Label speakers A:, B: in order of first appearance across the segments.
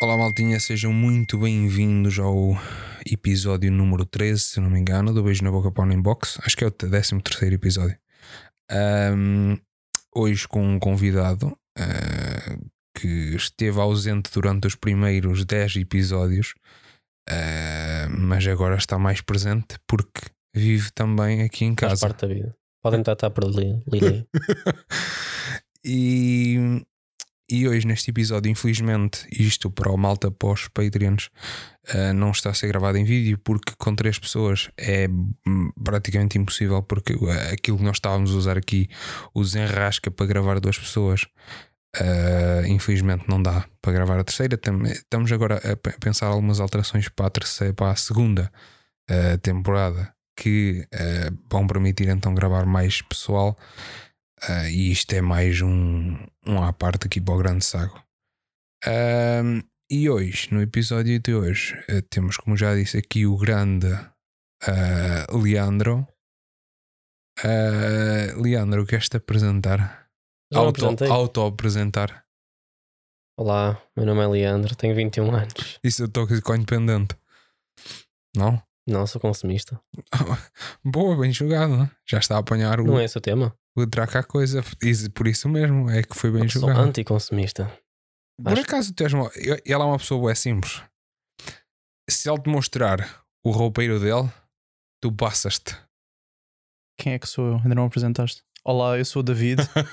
A: Olá, maltinha, sejam muito bem-vindos ao episódio número 13, se não me engano, do Beijo na Boca para o Inbox. Acho que é o 13 episódio. Ahm, hoje com um convidado ah, que esteve ausente durante os primeiros 10 episódios, ah, mas agora está mais presente porque vive também aqui em
B: Faz
A: casa.
B: parte da vida. Podem tratar por Lili. Lili.
A: E, e hoje, neste episódio, infelizmente, isto para o malta pós Patreons ah, não está a ser gravado em vídeo porque com três pessoas é hum, praticamente impossível. Porque ah, aquilo que nós estávamos a usar aqui, o desenrasca para gravar duas pessoas, ah, infelizmente não dá para gravar a terceira. Tam- Estamos agora a pe- pensar algumas alterações para a, terceira, para a segunda ah, temporada que ah, vão permitir então gravar mais pessoal. Ah, e isto é mais um, um à parte aqui para o Grande Sago. Ahm, e hoje, no episódio de hoje, eh, temos, como já disse aqui, o grande ah, Leandro. Ah, Leandro, queres-te apresentar?
B: Já me
A: Auto-
B: apresentei.
A: Auto-apresentar.
B: Olá, meu nome é Leandro, tenho 21 anos.
A: Isso eu estou independente. Não?
B: Não sou consumista.
A: Boa, bem jogado. Já está a apanhar o,
B: Não é esse o tema.
A: o traca à coisa. Isso- Por isso mesmo, é que foi bem
B: Sou
A: jogado.
B: anticonsumista.
A: Por
B: Acho-
A: acaso tu és uma... eu- Ele é uma pessoa é simples. Se ele te mostrar o roupeiro dele, tu passas-te.
C: Quem é que sou eu? Ainda não me apresentaste. Olá, eu sou o David.
B: Espera,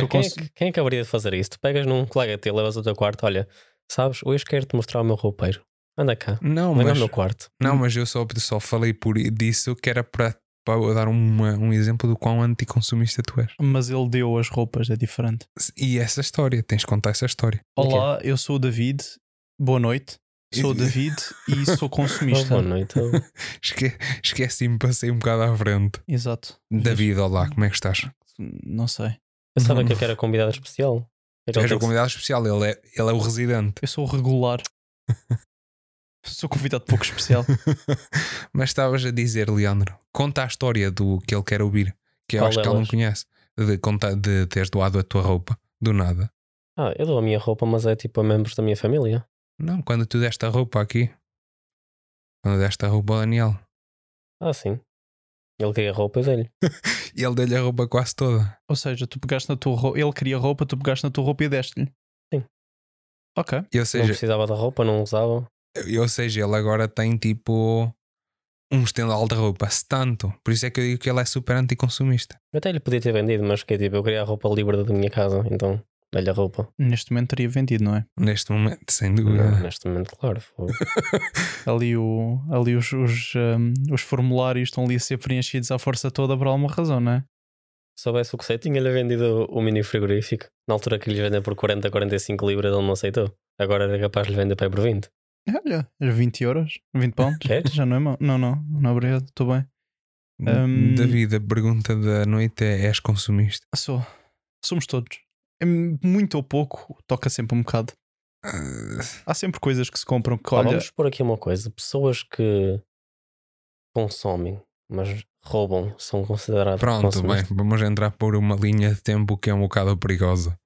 C: Sou
B: quem, é
C: cons-
B: que, quem é que haveria de fazer isso? Tu pegas num colega teu, levas ao teu quarto, olha, sabes, hoje quero-te mostrar o meu roupeiro. Anda cá,
A: Não,
B: vem ao
A: mas,
B: meu quarto.
A: não, mas eu só, só falei por disso que era para para eu dar uma- um exemplo do quão anticonsumista tu és.
C: Mas ele deu as roupas, é diferente.
A: E essa história, tens de contar essa história.
C: Olá, eu sou o David. Boa noite. Sou o David e sou
A: é
B: Oh, boa
C: consumista.
B: noite.
A: Esque, Esqueci-me, passei um bocado à frente.
C: Exato.
A: David, olá, como é que estás?
C: Então, Não sei.
B: Pensava que eu era convidado especial. Então
A: És
B: tem
A: o
B: que-
A: convidado especial, ele é, ele é o residente.
C: Eu sou regular. sou convidado pouco especial.
A: Mas estavas a dizer, Leandro, conta a história do que ele quer ouvir, que eu
B: Qual
A: acho que ele não
B: delas?
A: conhece, de, contar, de teres doado a tua roupa, do nada.
B: Ah, eu dou a minha roupa, mas é tipo a membros da minha família.
A: Não, quando tu deste a roupa aqui, quando deste a roupa ao Daniel,
B: Ah, sim. Ele queria roupa, eu dei-lhe.
A: e ele deu-lhe a roupa quase toda.
C: Ou seja, tu pegaste na tua roupa. Ele queria roupa, tu pegaste na tua roupa e deste-lhe.
B: Sim.
C: Ok.
A: E, Ou
B: Não
A: seja,
B: precisava da roupa, não usava.
A: e, ou seja, ele agora tem tipo um estendal de roupa, se tanto. Por isso é que eu digo que ele é super anticonsumista.
B: Eu até lhe podia ter vendido, mas que tipo, eu queria a roupa livre da minha casa, então dei-lhe a roupa.
C: Neste momento teria vendido, não é?
A: Neste momento, sem
B: Não, é?
A: dúvida.
B: Neste momento, claro. fogo.
C: Ali, o, ali os, os, hum, os formulários estão ali a ser preenchidos à força toda por alguma razão, não é?
B: Se soubesse o que sei, tinha-lhe vendido o mini frigorífico. Na altura que lhe vendeu por 40, 45 libras, ele não aceitou. Agora era capaz de lhe vender para aí por 20.
C: Olha, É, era 20 euros, 20 pounds.
B: Queres?
C: Já não é mau. Não, não, não, obrigado, estou bem. Hum.
A: David, a pergunta da noite é: és consumista?
C: Sou. Somos todos. É Muito ou pouco, toca sempre um bocado.
A: Ah,
C: Há sempre coisas que se compram que,
B: Pá,
C: olha,
B: Tá, vamos pôr aqui uma coisa. Pessoas que consomem, mas roubam, são consideradas
A: Pronto, bem,
B: consumistas.
A: vamos entrar por uma linha de tempo que é um bocado perigosa.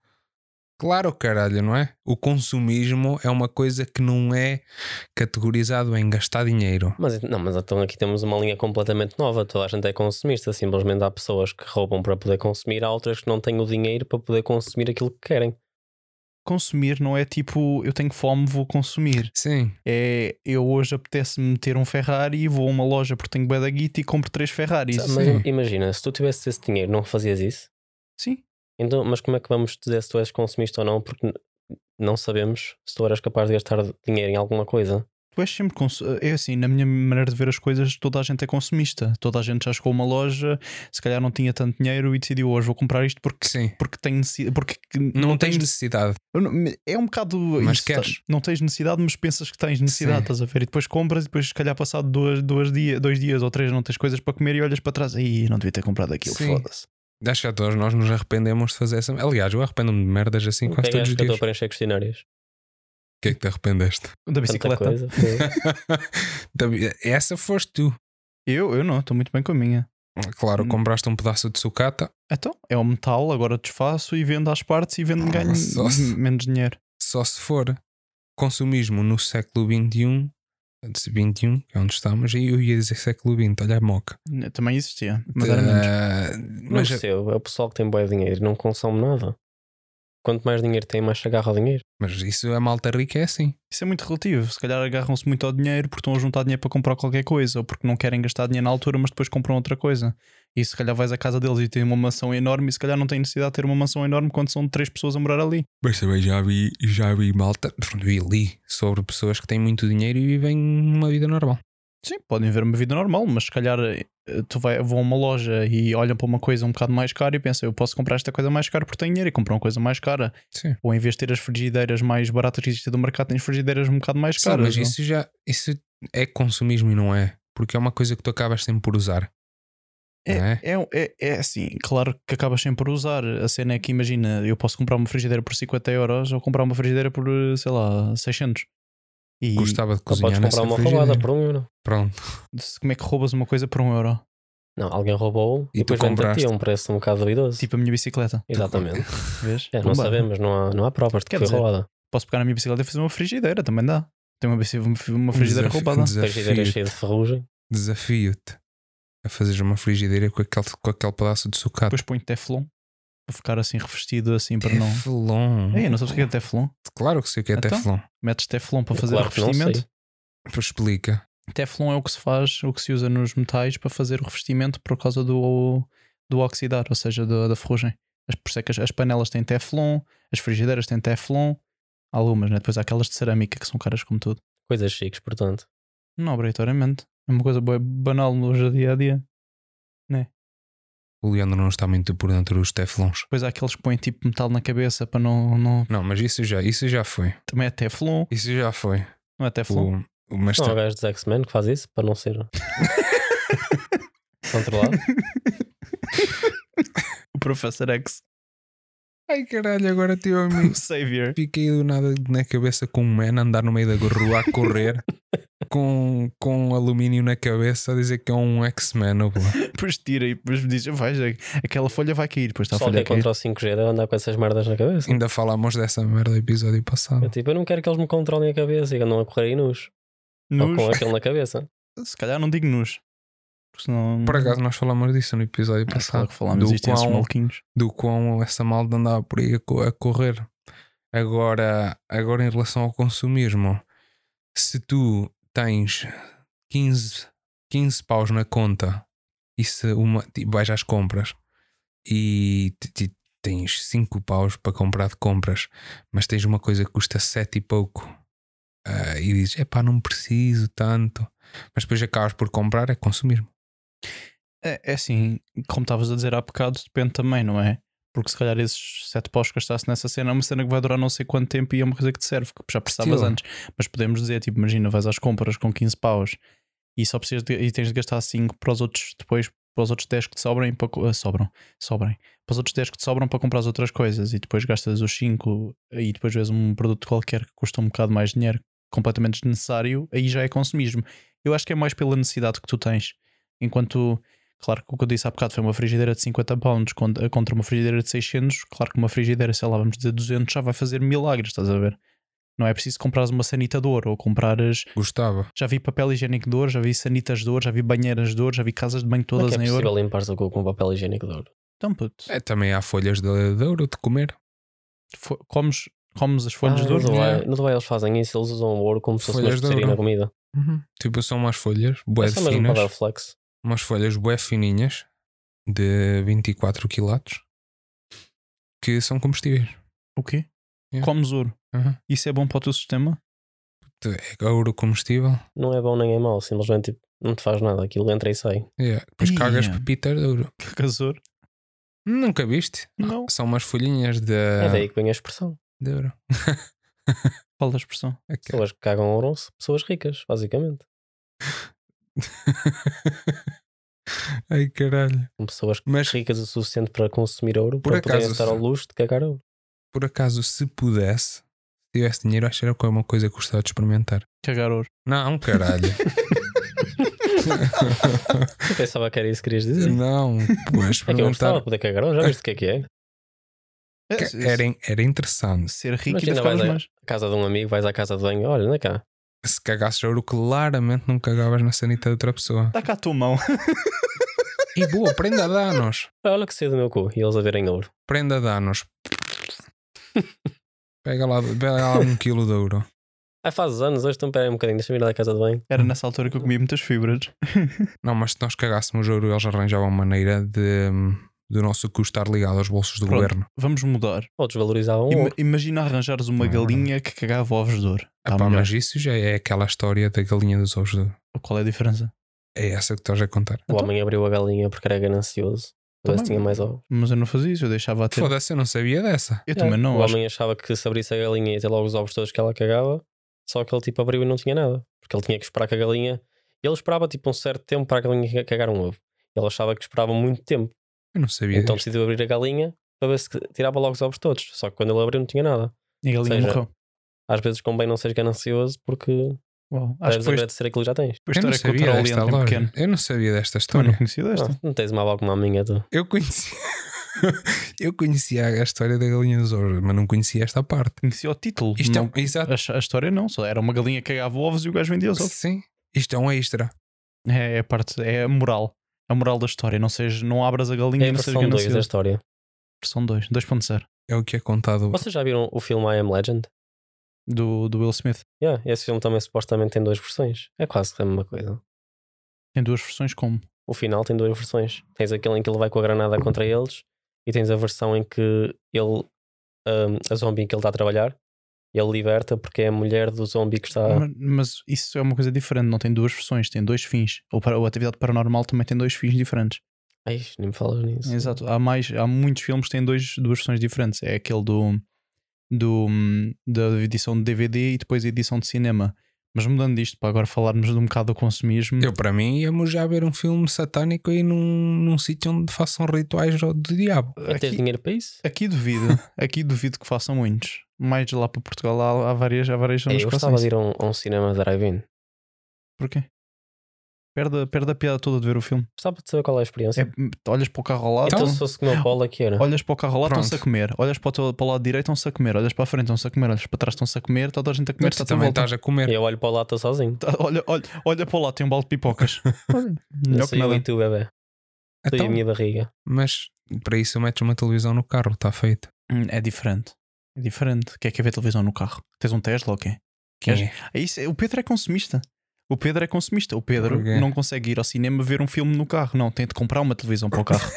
A: Claro, caralho, não é? O consumismo é uma coisa que não é categorizado em gastar dinheiro.
B: Mas, não, mas então aqui temos uma linha completamente nova. Toda a gente é consumista. Simplesmente há pessoas que roubam para poder consumir, há outras que não têm o dinheiro para poder consumir aquilo que querem.
C: consumir não é tipo eu tenho fome, vou consumir.
A: Sim,
C: É eu hoje apetece-me ter um Ferrari, vou a uma loja porque tenho bué da guita e compro três Ferraris.
B: Sabe,
A: Isso
B: mas
A: sim.
B: im- imagina, se tu tivesses esse dinheiro, não fazias isso?
C: Sim,
B: Então, mas como é que vamos dizer se tu és consumista ou não? Porque n- não sabemos se tu eras capaz de gastar dinheiro em alguma coisa.
C: tu és sempre consu- É assim, na minha maneira de ver as coisas, toda a gente é consumista. Toda a gente já chegou a uma loja, se calhar não tinha tanto dinheiro e decidiu hoje vou comprar isto porque.
A: sim.
C: Porque tenho necessidade. Porque
A: Não,
C: não
A: tens
C: tenho
A: necessidade.
C: Eu não- me- É um bocado.
A: Mas
C: tá-
A: queres.
C: Não tens necessidade, mas pensas que tens necessidade,
A: Sim.
C: estás a ver? E depois compras, e depois, se calhar, passado duas, duas dia, dois dias ou três, não tens coisas para comer e olhas para trás. Aí não devia ter comprado aquilo,
A: Sim.
C: foda-se.
A: Acho que a todos nós nos arrependemos de fazer essa. Aliás, eu arrependo-me de merdas assim
B: Quem
A: quase
B: é que
A: todos os
B: eu estou
A: dias.
B: a preencher questionários?
A: O que é que te arrependeste?
C: Da
B: Tanta
C: bicicleta.
B: coisa. foi.
A: Davi, Essa foste tu.
C: Eu, eu não, estou muito bem com a minha.
A: Claro,
C: Hum.
A: compraste um pedaço de sucata,
C: Então, é o
A: Ah,
C: metal, agora desfaço e vendo às partes e vendo ganho
A: Nossa.
C: menos dinheiro.
A: só se for consumismo no século um, XXI, 21, que é onde estamos, e eu ia dizer século XX, olha a moca.
C: Também existia, mas era menos.
A: Ah,
B: Não
A: mas,
B: percebo. É o pessoal que tem boa dinheiro, não consome nada. Quanto mais dinheiro tem, mais se agarra ao dinheiro.
A: mas isso a malta rica é assim.
C: Isso é muito relativo. Se calhar agarram-se muito ao dinheiro porque estão a juntar dinheiro para comprar qualquer coisa ou porque não querem gastar dinheiro na altura, mas depois compram outra coisa. E se calhar vais à casa deles e têm uma mansão enorme e se calhar não têm necessidade de ter uma mansão enorme quando são três pessoas a morar ali.
A: Mas também já vi, já vi malta, pronto, vi li sobre pessoas que têm muito dinheiro e vivem uma vida normal.
C: Sim, podem ver uma vida normal, mas se calhar eh, tu vai, vão a uma loja e olham para uma coisa um bocado mais cara e pensam eu posso comprar esta coisa mais cara porque tenho dinheiro e compram uma coisa mais cara.
A: Sim.
C: Ou em vez de ter as frigideiras mais baratas que existem do mercado, tens frigideiras um bocado mais
A: Sim,
C: caras.
A: mas
C: não?
A: isso já isso é consumismo e não é, porque é uma coisa que tu acabas sempre por usar. não é?
C: É, é, é assim, claro que acabas sempre por usar. A cena é que, imagina, eu posso comprar uma frigideira por 50 euros ou comprar uma frigideira por, sei lá, 600. E
A: Gostava de
B: Ou podes
A: cozinhar
B: comprar
A: nessa
B: uma
A: frigideira.
B: roubada por um euro.
A: Pronto.
C: se- como é que roubas uma coisa por um euro?
B: Não, alguém roubou
A: E
B: e,
A: tu
B: depois vem para ti a
A: compraste.
B: um preço um bocado duvidoso.
C: Tipo a minha bicicleta,
B: Exatamente.
C: vês?
B: É, não
C: Pumba.
B: sabemos, não há, não há provas de que
C: Quer
B: foi
C: dizer,
B: roubada.
C: Posso pegar na minha bicicleta e fazer uma frigideira, também dá. Tem uma, bici-
A: um
C: uma frigideira
A: Desafi-
C: roubada.
B: Frigideira
A: Desafio-te
B: cheia de ferrugem.
A: desafio-te a fazeres uma frigideira com aquele, com aquele pedaço de sucata.
C: Depois ponho Teflon para ficar assim revestido, assim para não.
A: Teflon.
C: Ei, não sabes o que é Teflon?
A: Claro que sei o que é
C: Então?
A: Teflon.
C: Metes Teflon para fazer
B: Claro
C: o
B: que não
C: revestimento?
B: sei.
A: Pois Explica.
C: Teflon é o que se faz, o que se usa nos metais para fazer o revestimento por causa do, do oxidar, ou seja, da, da ferrugem. As, por isso é que as, as panelas têm Teflon, as frigideiras têm Teflon, algumas, né? Depois há aquelas de cerâmica que são caras como tudo.
B: Coisas chiques, portanto.
C: Não obrigatoriamente. É uma coisa bué banal no hoje a dia a dia.
A: O Leandro não está muito por dentro dos Teflons.
C: Depois há aqueles que põem tipo metal na cabeça para não. não...
A: Não, mas isso já, isso já foi.
C: Também é Teflon,
A: Isso já foi.
C: não é Teflon?
A: O, o, mas
B: Não há
A: tá-
B: gajo dos X-Men que faz isso para não ser controlado.
C: O Professor X,
A: Ai caralho, agora teu amigo.
C: o Savior.
A: Fiquei do nada na cabeça com um man a andar no meio da rua a correr com, com alumínio na cabeça a dizer que é um X-Men. ou blá.
C: Depois tira e depois diz: vais, aquela folha vai cair. Depois está
B: Só
C: a
B: que
C: folha
B: é
C: a cair.
B: contra o 5G deve andar com essas merdas na cabeça.
A: Ainda falámos dessa merda no episódio passado.
B: É tipo, eu não quero que eles me controlem a cabeça e que andam a correr aí nus. Ou
C: Nus.
B: com aquele na cabeça.
C: Se calhar não digo nus. Porque senão.
A: Por acaso nós falámos disso no episódio
C: Uhum. Acho que lá
A: passado.
C: É que falámos
A: do
C: isto esses
A: quão-
C: maluquinhos.
A: do quão essa malda andava por aí a, co- a correr. Agora, agora, em relação ao consumismo, se tu tens 15, 15 paus na conta e se uma, ti- vais às compras e ti- ti- tens 5 paus para comprar de compras, mas tens uma coisa que custa 7 e pouco ah, e dizes, epá, não preciso tanto, mas depois acabas por comprar, é consumismo.
C: É, é assim, como estavas a dizer há bocado, depende também, não é? Porque se calhar esses sete paus que gastaste nessa cena é uma cena que vai durar não sei quanto tempo e é uma coisa que te serve, que já precisavas
A: Still.
C: antes. Mas podemos dizer, tipo, imagina, vais às compras com 15 paus e só precisas de- e tens de gastar 5 para os outros depois, para os outros 10 que te sobrem, para, co- ah, sobram, sobrem, para os outros 10 que te sobram para comprar as outras coisas e depois gastas os 5 e depois vês um produto qualquer que custa um bocado mais dinheiro, completamente desnecessário, aí já é consumismo. Eu acho que é mais pela necessidade que tu tens. Enquanto, claro que o que eu disse há bocado foi uma frigideira de 50 pounds con- contra uma frigideira de 600, claro que uma frigideira, sei lá, vamos dizer 200, já vai fazer milagres, estás a ver? Não é preciso comprares uma sanita de ouro ou comprares.
A: Gostava.
C: Já vi papel higiênico de ouro, já vi sanitas de ouro, já vi banheiras de ouro, já vi casas de banho
B: Como é
C: todas
B: que é
C: em
B: possível
C: ouro.
B: limpar-se o cu com papel higiênico de ouro?
C: Então, puto,
A: É, também há folhas de, de ouro de comer.
C: fo- comes, comes as folhas
B: Ah,
C: de ouro. É.
B: no Dubai,
A: né?
B: no Dubai eles fazem isso, eles usam o ouro como se fosse uma
A: Folhas de
B: especiaria
A: ouro.
B: na comida.
C: Uhum.
A: Tipo, são umas folhas
B: É
A: bué
B: só mesmo para dar
A: finas,
B: flex.
A: umas folhas bué fininhas de 24 quilates que são comestíveis.
C: O quê?
B: É.
A: Yeah.
C: Comes ouro.
A: Uhum.
C: Isso é bom para o teu sistema?
A: É ouro comestível.
B: Não é bom nem é mau, simplesmente tipo, não te faz nada, aquilo entra e sai.
A: Yeah. é. Depois
C: Ia.
A: cagas pepitas de ouro.
C: Casor?
A: Nunca viste?
C: Não.
A: São umas folhinhas de,
C: Ah.
B: É daí que vem a expressão.
A: de ouro. É
C: Qual a expressão?
A: Ok.
B: Pessoas que cagam ouro são pessoas ricas, basicamente.
A: Ai caralho.
B: São pessoas
A: Mas
B: ricas o suficiente para consumir ouro
A: Por
B: para poderem
A: acaso,
B: estar ao luxo de cagar ouro.
A: por acaso, se pudesse, se tivesse dinheiro, acho que era uma coisa que gostava de experimentar.
C: Cagar ouro.
A: Não, caralho.
B: Eu pensava que era isso que querias dizer.
A: não, pois
B: É que eu
A: experimentar.
B: gostava de poder cagar ouro, já viste o que é que é?
A: Que
C: É,
A: era, era interessante.
C: Ser rico
B: Mas
C: e ainda
B: ainda vais
C: ficavas
B: a-
C: mais.
B: à casa de um amigo, vais à casa de banho, olha, anda cá.
A: Se cagasses ouro, claramente não cagavas na sanita de outra pessoa.
C: Dá cá a tua mão.
A: E boa, prenda danos.
B: Olha que cedo do meu cu. E eles a verem ouro.
A: Prenda danos. Pega lá, pega lá um quilo de ouro.
B: Ah, fazes anos, hoje estão pera aí um bocadinho, deixa-me ir lá à casa de banho.
C: Era nessa altura que eu comia muitas fibras.
A: Não, mas se nós cagássemos ouro, eles arranjavam maneira de hum, do nosso custo estar ligado aos bolsos do
C: Pronto.
A: governo.
C: Vamos mudar.
B: Outros valorizavam
C: Ima-
B: um ouro.
C: imagina arranjares uma
A: Ah.
C: galinha que cagava ovos de ouro. Tá
A: Epá,
C: melhor.
A: mas isso já é aquela história da galinha dos ovos de ouro.
C: Qual é a diferença?
A: É essa que estás a contar.
B: O homem abriu a galinha porque era ganancioso.
C: então? Também.
B: Mas tinha mais ovo.
C: Mas eu não fazia isso, eu deixava a ter.
A: Foda-se, eu não sabia dessa.
C: Eu também não.
B: É. O
C: acho-
B: homem achava que se abrisse a galinha ia ter logo os ovos todos que ela cagava, só que ele tipo abriu e não tinha nada. Porque ele tinha que esperar que a galinha. Ele esperava tipo um certo tempo para a galinha ca- cagar um ovo. Ele achava que esperava muito tempo.
A: Eu não sabia
B: Então
A: disto.
B: decidiu abrir a galinha para ver se tirava logo os ovos todos. Só que quando ele abriu não tinha nada.
C: E a galinha
B: seja,
C: morreu.
B: Às vezes convém não seres ganancioso porque
C: Uau. Acho que
B: deves
C: foi
B: agradecer aquilo que já tens.
C: depois
A: Eu não
C: história é
A: sabia
C: contra o
A: desta
C: Leandro em
A: lógica.
C: então pequeno.
A: Eu não sabia desta
C: Também não
A: história.
C: conhecia desta.
B: Não, não tens uma boa como a minha, tu.
A: Eu conhecia. eu conhecia a história da galinha dos ovos, mas não conhecia esta parte.
C: Conhecia o título.
A: Isto
C: não-
A: é, um- exato.
C: a, a história não, só era uma galinha que cagava ovos e o gajo vendia os ovos.
A: Sim. Isto é um extra.
C: É, é a parte, é a moral. A moral da história. Não, sejas, não abras a galinha
B: É a
C: e não sejas
B: versão 2 da
C: ganancioso.
B: história.
C: Versão 2, 2.0
A: É o que é contado.
B: Vocês já viram o filme I Am Legend?
C: do, do Will Smith.
B: Yeah, esse filme também supostamente tem duas versões. É quase que a mesma coisa.
C: Tem duas versões como.
B: O final tem duas versões. Tens aquele em que ele vai com a granada contra eles e tens a versão em que ele, hum, a zombie em que ele está a trabalhar, ele liberta porque é a mulher do zombie que está.
C: Mas, mas isso é uma coisa diferente, não tem duas versões, tem dois fins. Ou para, ou a atividade paranormal também tem dois fins diferentes.
B: Ai, nem me falas nisso.
C: Exato. Há, mais, há muitos filmes que têm dois, duas versões diferentes. É aquele do, do da edição de DVD e depois a edição de cinema. Mas mudando disto para agora falarmos de um bocado do consumismo.
A: Eu, para mim, íamos já ver um filme satânico aí num, num sítio onde façam rituais do diabo.
B: Mas Tens
C: aqui-
B: É dinheiro para isso?
C: Aqui duvido, aqui duvido que façam muitos. Mais lá para Portugal há, há várias, há várias zonas
B: Ei, É, eu
C: que
B: gostava
C: fazem
B: de
C: isso.
B: ir a um, a um cinema drive-in.
C: Porquê? Perde, perde a piada toda de ver o filme.
B: Gostava de saber qual é a experiência.
C: É, olhas para o carro ao lado,
B: então,
A: Então-
B: se fosse meu bola, que era?
C: olhas para o carro ao lado,
A: É. Pronto.
C: estão-se a comer. Olhas para o, teu- para o lado direito, estão-se a comer. Olhas para a frente, estão-se a comer. Olhas para trás, estão-se a comer. Está toda a gente a comer.
A: tu
C: Está
A: também
C: também
A: estás a comer.
B: Eu olho para o lado, estou sozinho.
C: olha, olha, olha para o lado, tem um balde de pipocas. Olha, Melhor
B: Não
C: que
B: sou eu e
C: nada.
B: tu, bebê. Tu e a
A: Então,
B: minha barriga.
A: mas para isso metes uma televisão no carro, está feito.
C: Hum, É diferente. É diferente. Quer que é ver televisão no carro? Tens um Tesla ou quê?
A: Quem
C: Queres?
A: é?
C: É isso, é- o Pedro é consumista. O Pedro é consumista. O Pedro
A: Porquê?
C: não consegue ir ao cinema ver um filme no carro. Não, tem de comprar uma televisão para o carro.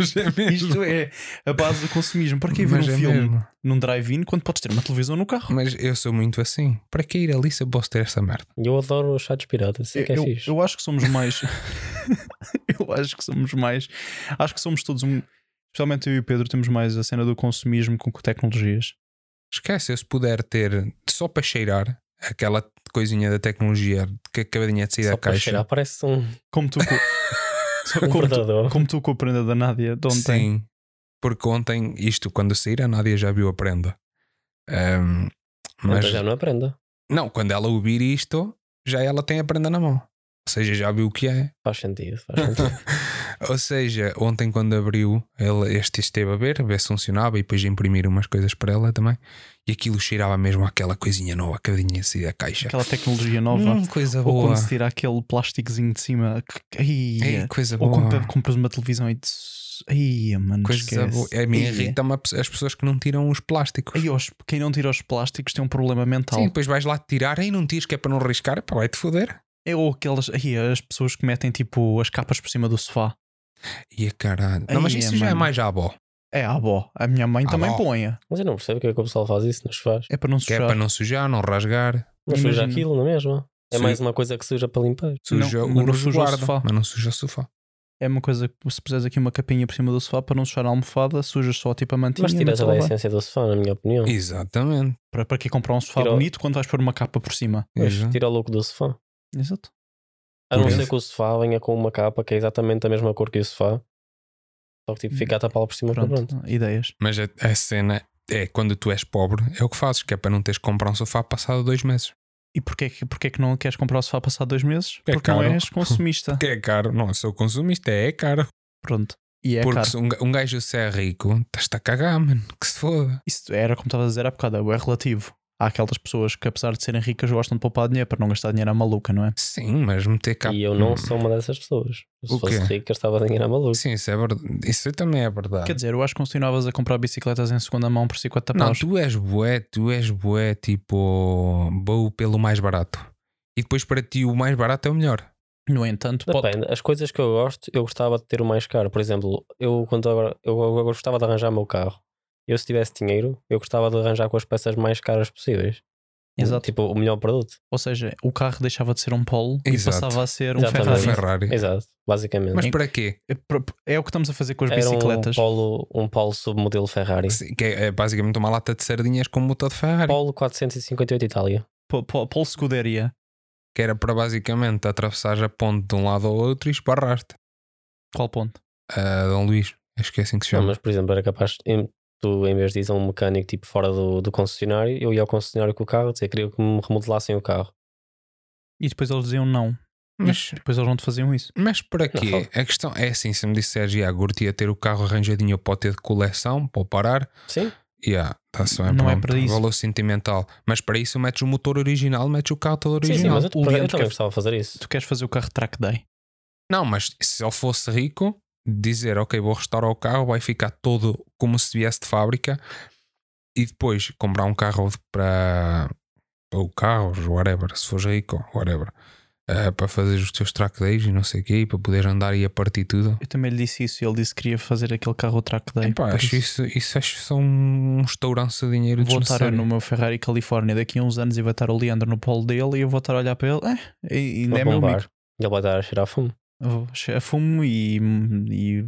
A: Já mesmo.
C: Isto é a base do consumismo. Para que ver
A: Mas
C: um
A: é
C: filme
A: mesmo.
C: num drive-in quando podes ter uma televisão no carro?
A: Mas eu sou muito assim. Para que ir ali se eu posso ter esta merda?
B: Eu adoro os chatos piratas, sei que é
C: eu,
B: fixe.
C: eu acho que somos mais. eu acho que somos mais. Acho que somos todos um. Especialmente eu e o Pedro temos mais a cena do consumismo com tecnologias.
A: Esquece, eu se puder ter só para cheirar aquela coisinha da tecnologia que acabadinha de sair
B: Só
A: da
B: para
A: caixa.
B: cheirar, parece um,
C: Como tu. co- Só
B: um
C: como, tu
B: predador.
C: como tu com a prenda da Nádia de ontem.
A: Sim, porque ontem, isto quando sair, a Nádia já viu a prenda. Ahm, mas
B: Então já não aprenda.
A: não, quando ela ouvir isto, já ela tem a prenda na mão. Ou seja, já viu o que é.
B: Faz sentido, faz sentido.
A: Ou seja, ontem quando abriu, ela, este esteve a ver, a ver se funcionava e depois imprimir umas coisas para ela também. E aquilo cheirava mesmo àquela coisinha nova, acabadinha de sair da caixa.
C: Aquela tecnologia nova.
A: Hum, coisa
C: Ou
A: boa.
C: quando se tira aquele plásticozinho de cima. que-
A: Ei,
C: Ai,
A: coisa
C: ou
A: boa.
C: quando compras uma televisão e. tss, Ai, mano.
A: Coisa
C: esquece.
A: boa. A mim
C: Ai,
A: irrita-me a pe- as pessoas que não tiram os plásticos.
C: Ai, os- quem não tira os plásticos tem um problema mental.
A: Sim, depois vais lá tirar e não tiras, que é para não riscar, pá, vai-te foder.
C: É ou aquelas. Ai, as pessoas que metem tipo as capas por cima do sofá.
A: E a caralho. Não, mas
C: Ai,
A: isso
C: é,
A: já é
C: mano.
A: mais à avó.
C: É a avó. A minha mãe
A: A
C: também
A: avó.
C: põe. É
B: Mas eu não percebo porque é que o pessoal faz isso, nos faz.
C: para não
A: Que é
C: sujar.
A: para não sujar, não rasgar.
B: Mas suja
C: Imagino.
B: aquilo, não é mesmo? É
A: Sim.
B: mais uma coisa que suja para limpar.
A: Suja
C: Não,
A: o
C: mas não suja o
A: resguardo,
C: sofá.
A: mas não suja o sofá.
C: É uma coisa que se puseres aqui uma capinha por cima do sofá para não sujar a almofada, sujas só tipo a mantinha.
B: Mas tira
C: metes
B: toda
C: lá
B: a
C: bem.
B: essência do sofá, na minha opinião.
A: Exatamente.
C: para, para que comprar um sofá
B: Tira o-
C: bonito quando vais pôr uma capa por cima?
B: Mas
A: Exato.
B: tira o louco do sofá.
C: Exato.
B: A não
A: Por
B: ser
A: isso.
B: que o sofá venha com uma capa que é exatamente a mesma cor que o sofá. Só que tipo, fica a tapá por cima.
C: Pronto,
B: Pronto. pronto.
C: ideias.
A: Mas a, a cena é quando tu és pobre, é o que fazes, que é para não teres que comprar um sofá passado dois meses.
C: E porquê, que- porquê que não queres comprar o sofá passado dois meses?
A: É
C: Porque não
A: caro.
C: és consumista.
A: Que é caro. Não, sou consumista, é caro.
C: Pronto. E é
A: Porque
C: caro.
A: se um, ga- um gajo se é rico, estás-te a cagar, mano. Que se foda.
C: Isso era como estava a dizer há bocado, é relativo. Há aquelas pessoas que, apesar de serem ricas, gostam de poupar dinheiro para não gastar dinheiro à maluca, não é?
A: Sim, mas meter cá. Hum.
B: E eu não sou uma dessas pessoas. Se
A: O
B: fosse
A: quê?
B: rico, eu estava a dinheiro à maluca.
A: Sim, isso é verdade. Isso também é verdade.
C: Quer dizer, eu acho que continuavas a comprar bicicletas em segunda mão por 50
A: Não,
C: paus.
A: tu és bué, tu és bué, tipo, bom pelo mais barato. E depois para ti o mais barato é o melhor.
C: No entanto, pode-
B: Depende, as coisas que eu gosto, eu gostava de ter o mais caro. Por exemplo, eu quando agora eu, eu gostava de arranjar o meu carro. Eu se tivesse dinheiro, eu gostava de arranjar com as peças mais caras possíveis.
C: Exato.
B: Tipo, o melhor produto.
C: ou seja, o carro deixava de ser um Polo
A: Exato.
C: e passava a ser um
A: Um
B: Exatamente.
C: Ferrari.
A: Ferrari.
B: Exato, basicamente.
A: Mas para quê?
C: É pro- É o que estamos a fazer com as
B: Era um
C: bicicletas.
B: polo, um polo submodelo Ferrari.
A: Sim, Que é, é basicamente uma lata de sardinhas com motor de Ferrari.
B: Polo 458 Itália.
C: Po- po- Polo Scuderia.
A: Que era para basicamente atravessar a ponte de um lado ao outro e esbarraste.
C: Qual ponto?
A: Ah, Dom Luís, acho que é assim que se
B: Não,
A: chama.
B: mas, por exemplo, era capaz. em- tu, em vez de ir a um mecânico tipo fora do, do concessionário, eu ia ao concessionário com o carro, dizer, queria que me remodelassem o carro.
C: E depois eles diziam não.
A: Mas,
C: Depois eles não te faziam isso.
A: mas para
B: Não.
A: quê? A questão é assim: se me disseres, yeah, curtia ter o carro arranjadinho para ter de coleção, para o parar,
B: Sim,
A: yeah, tá-se bem,
C: Não é
A: pronto.
C: para isso.
A: Valor sentimental. Mas para isso metes o motor original, metes o carro todo
B: sim, sim,
A: original.
B: mas eu,
C: o
B: eu
C: Leandro
B: também
C: quer-
B: gostava de fazer isso.
C: Tu queres fazer o carro track day.
A: Não, mas se ele fosse rico, dizer ok, vou restaurar o carro, vai ficar todo como se viesse de fábrica e depois comprar um carro de- para ou carros, whatever, se fores rico, whatever, eh, para fazer os teus track days e não sei o quê, e para poderes andar e a partir tudo.
C: Eu também lhe disse isso e ele disse que queria fazer aquele carro track day.
A: Epá,
C: Por
A: acho
C: isso,
A: isso, isso acho só um estouranço de dinheiro
C: Vou estar
A: desnecessário.
C: no meu Ferrari Califórnia daqui a uns anos e vai estar o Leandro no polo dele e eu vou estar a olhar para ele. É, e ainda
B: Vou
C: é meu
B: bombar.
C: amigo.
B: Ele vai dar a cheirar a fumo.
C: Vou che- Fumo e, e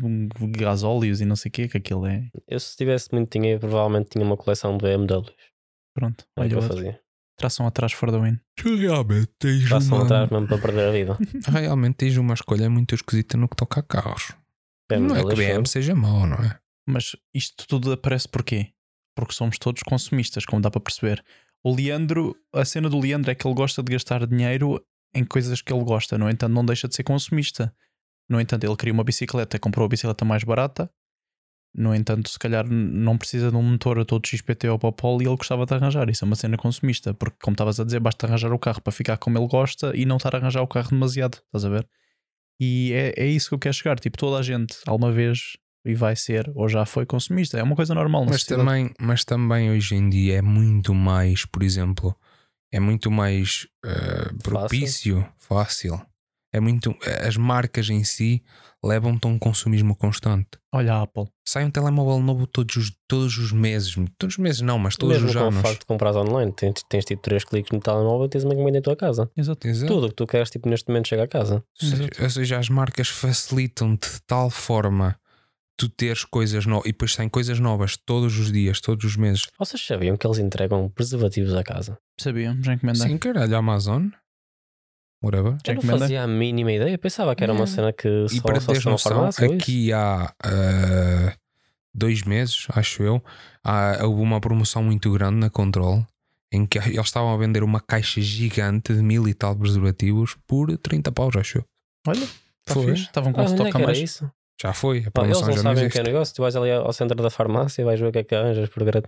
C: gasóleos e não sei o que, que aquilo é.
B: Eu, se tivesse muito dinheiro, provavelmente tinha uma coleção de BMWs.
C: Pronto,
B: Era É o que
C: olha,
B: eu
C: outro.
B: fazia.
C: tração atrás fora da win.
A: Tu realmente tens
B: Passam atrás
A: uma...
B: mesmo para perder a vida.
A: Realmente tens uma escolha muito esquisita no que toca a carros. não é que o BM
B: BMWs.
A: seja mau, não é?
C: Mas isto tudo aparece porquê? Porque somos todos consumistas, como dá para perceber. O Leandro, a cena do Leandro é que ele gosta de gastar dinheiro em coisas que ele gosta, no entanto, não deixa de ser consumista. No entanto, ele queria uma bicicleta, comprou a bicicleta mais barata. No entanto, se calhar n- não precisa de um motor a todo XPT ou Popol e ele gostava de arranjar. Isso é uma cena consumista, porque, como estavas a dizer, basta arranjar o carro para ficar como ele gosta e não estar a arranjar o carro demasiado, estás a ver? E é, é isso que eu quero chegar. Tipo, toda a gente, alguma vez, e vai ser, ou já foi consumista. É uma coisa normal. na
A: Mas
C: sociedade.
A: também, mas também hoje em dia é muito mais, por exemplo, é muito mais eh, propício, fácil. É muito, as marcas em si levam-te a um consumismo constante.
C: Olha a Apple.
A: Sai um telemóvel novo todos os, todos os meses, todos os meses não, mas todos
B: Mesmo
A: os
B: com o
A: anos.
B: facto de comprar online, tens, tens tido três cliques no telemóvel e tens uma encomenda em tua casa.
C: Exato.
A: Exato.
B: Tudo o que tu queres, tipo, neste momento chega a casa.
A: Ou seja-
C: Exato.
A: Ou seja, as marcas facilitam-te de tal forma tu teres coisas novas e depois saem coisas novas todos os dias, todos os meses.
B: Vocês sabiam que eles entregam preservativos à casa?
C: Sabia, já encomendei.
A: Sim, caralho, Amazon, whatever.
C: Já
B: eu não
C: encomendei.
B: fazia a mínima ideia. Pensava que era uma
A: Não.
B: cena que
A: E
B: só,
A: para
B: só
A: teres
B: se uma
A: noção,
B: farmácia. ou isso.
A: aqui há ah, dois meses, acho eu, há, houve uma promoção muito grande na Control em que eles estavam a vender uma caixa gigante de mil e tal preservativos por 30 paus, acho eu.
C: Olha, tá
A: Foi.
C: fixe. Estavam com
B: Ah, onde é
C: estoque
B: que
C: a
B: era
C: mais.
B: isso?
A: Já foi, a
B: Pá, eles
A: promoção
B: não
A: já não
B: sabem o que
A: existe.
B: é negócio. Tu vais ali ao centro da farmácia e vais ver o que é que arranjas por gra-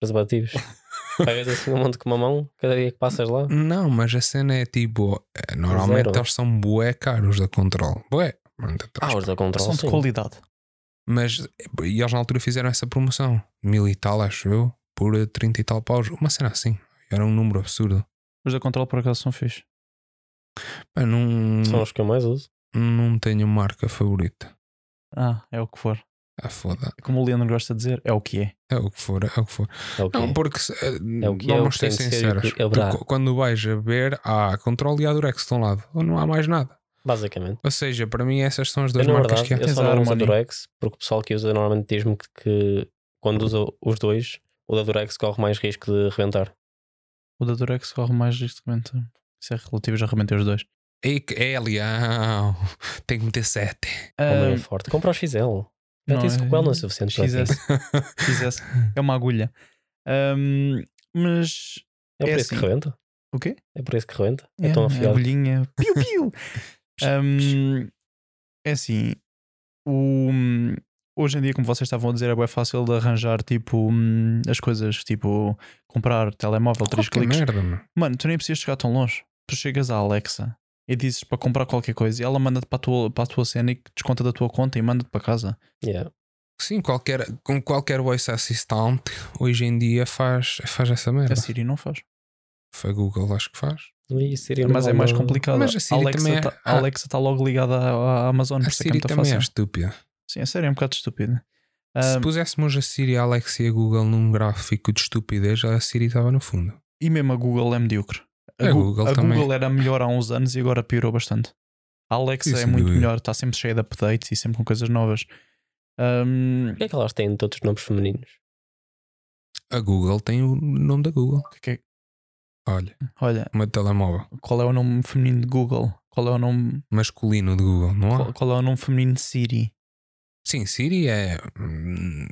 B: preservativos. Pegas assim um monte com uma mão, cada dia que passas lá.
A: Não, mas a cena é tipo, eh, normalmente
B: Zero.
A: eles são bué caros da Control. Bué. Muito
B: Ah,
A: atrás.
B: os da controle.
C: São de
B: sim.
C: qualidade.
A: Mas eh, e eles na altura fizeram essa promoção, mil e tal, acho eu, por 30 e tal paus. Uma cena assim. Era um número absurdo.
C: Os da controle por acaso são fixe.
A: Pá, não-
B: São os que eu mais uso.
A: Não tenho marca favorita.
C: Ah, é o que for.
A: Ah, foda.
C: Como o Leandro gosta de dizer, é o que é.
A: É o que for, é o que for.
B: É o que
A: Não,
B: é.
A: porque se- eh,
B: É o que é, é o
A: vamos
B: que
A: ser
B: tem de ser e o
A: sinceros.
B: que é
A: tu
B: verdade.
A: co- quando vais a ver, há controle e há Durex de um lado. Ou não há mais nada.
B: Basicamente.
A: Ou seja, para mim essas são as
B: Eu,
A: duas
B: na
A: marcas
B: verdade, eu
A: que há.
C: Tens
B: só
C: a
B: não uso a
C: Harmony.
B: Durex porque o pessoal que usa normalmente diz-me que, que quando usa os dois, o da Durex corre mais risco de reventar.
C: O da Durex corre mais risco de comentar. Isso é relativo, já arrebentei os dois.
A: Ei, que- é leão. Tem que meter 7.
B: Como
C: Ah,
B: é forte. Compra o XL. Já
C: Não,
B: disse que o
C: é-
B: L não é suficiente para ti.
C: XS. XS. É uma agulha. Ahm, mas.
B: É por
C: É
B: isso que
C: assim.
B: reventa.
C: O quê?
B: É por isso que reventa. É,
C: É,
B: tão
C: a
B: afiado.
C: agulhinha. Piu, piu. Ahm, é assim. O, hoje em dia, como vocês estavam a dizer, é bem fácil de arranjar tipo hum, as coisas, tipo comprar telemóvel, três
A: Qualquer
C: cliques.
A: merda, mano.
C: Mano, tu nem precisas chegar tão longe. Tu chegas à Alexa e dizes para comprar qualquer coisa e ela manda-te para a tua, para a tua cena e desconta da tua conta e manda-te para casa.
B: Yeah.
A: Sim, qualquer, com qualquer voice assistant hoje em dia faz, faz essa merda.
C: A Siri não faz.
A: Foi a Google, acho que faz.
B: E seria
C: Mas é mais
B: uma-
C: complicado.
A: Mas a Siri
C: Alexa
A: também é-
C: tá-
A: a-
C: a Alexa está logo ligada à, à Amazon, por
A: a
C: isso é que é
A: Siri
C: muito
A: também é
C: fácil.
A: estúpida.
C: Sim, a Siri é um bocado estúpida. Ah,
A: Se puséssemos a Siri, a Alexa e a Google num gráfico de estupidez, a Siri estava no fundo.
C: e mesmo a Google é medíocre.
A: A
C: Gu-
A: Google
C: a
A: também.
C: Google era melhor há uns anos e agora piorou bastante. A Alexa
A: Isso
C: é
A: sem
C: muito
A: dúvida.
C: melhor, está sempre cheia de updates e sempre com coisas novas. Ahm,
B: Porquê é que elas têm todos os nomes femininos?
C: É,
A: A Google tem o nome da Google.
C: que- é que-
A: Olha,
C: olha,
A: o meu telemóvel.
C: qual é o nome feminino de Google? Qual é o nome,
A: Masculino de Google, não há?
C: qual, qual é o nome feminino de Siri?
A: Sim, Siri é. hum,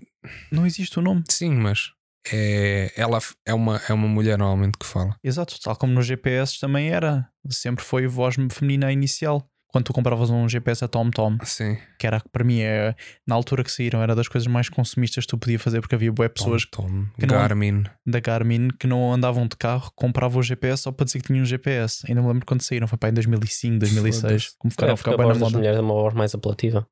C: Não existe o nome.
A: Sim, mas. É, ela f- é uma, é uma mulher normalmente que fala.
C: Exato, tal como nos GPS também era. Sempre foi voz feminina inicial. Quando tu compravas um GPS a TomTom,
A: Sim.
C: que era para mim, é, na altura que saíram, era das coisas mais consumistas que tu podia fazer, porque havia bué pessoas
A: Tom, Tom,
C: que não-
A: Garmin.
C: da Garmin que não andavam de carro, compravam o GPS só para dizer que tinham um GPS. Ainda me lembro quando saíram, foi para em 2005, 2006,
A: Foda-se.
C: como ficaram
B: é
C: a
B: porque
C: ficar
B: a
C: bem na
B: voz das
C: moda.
B: mulheres é uma voz mais apelativa.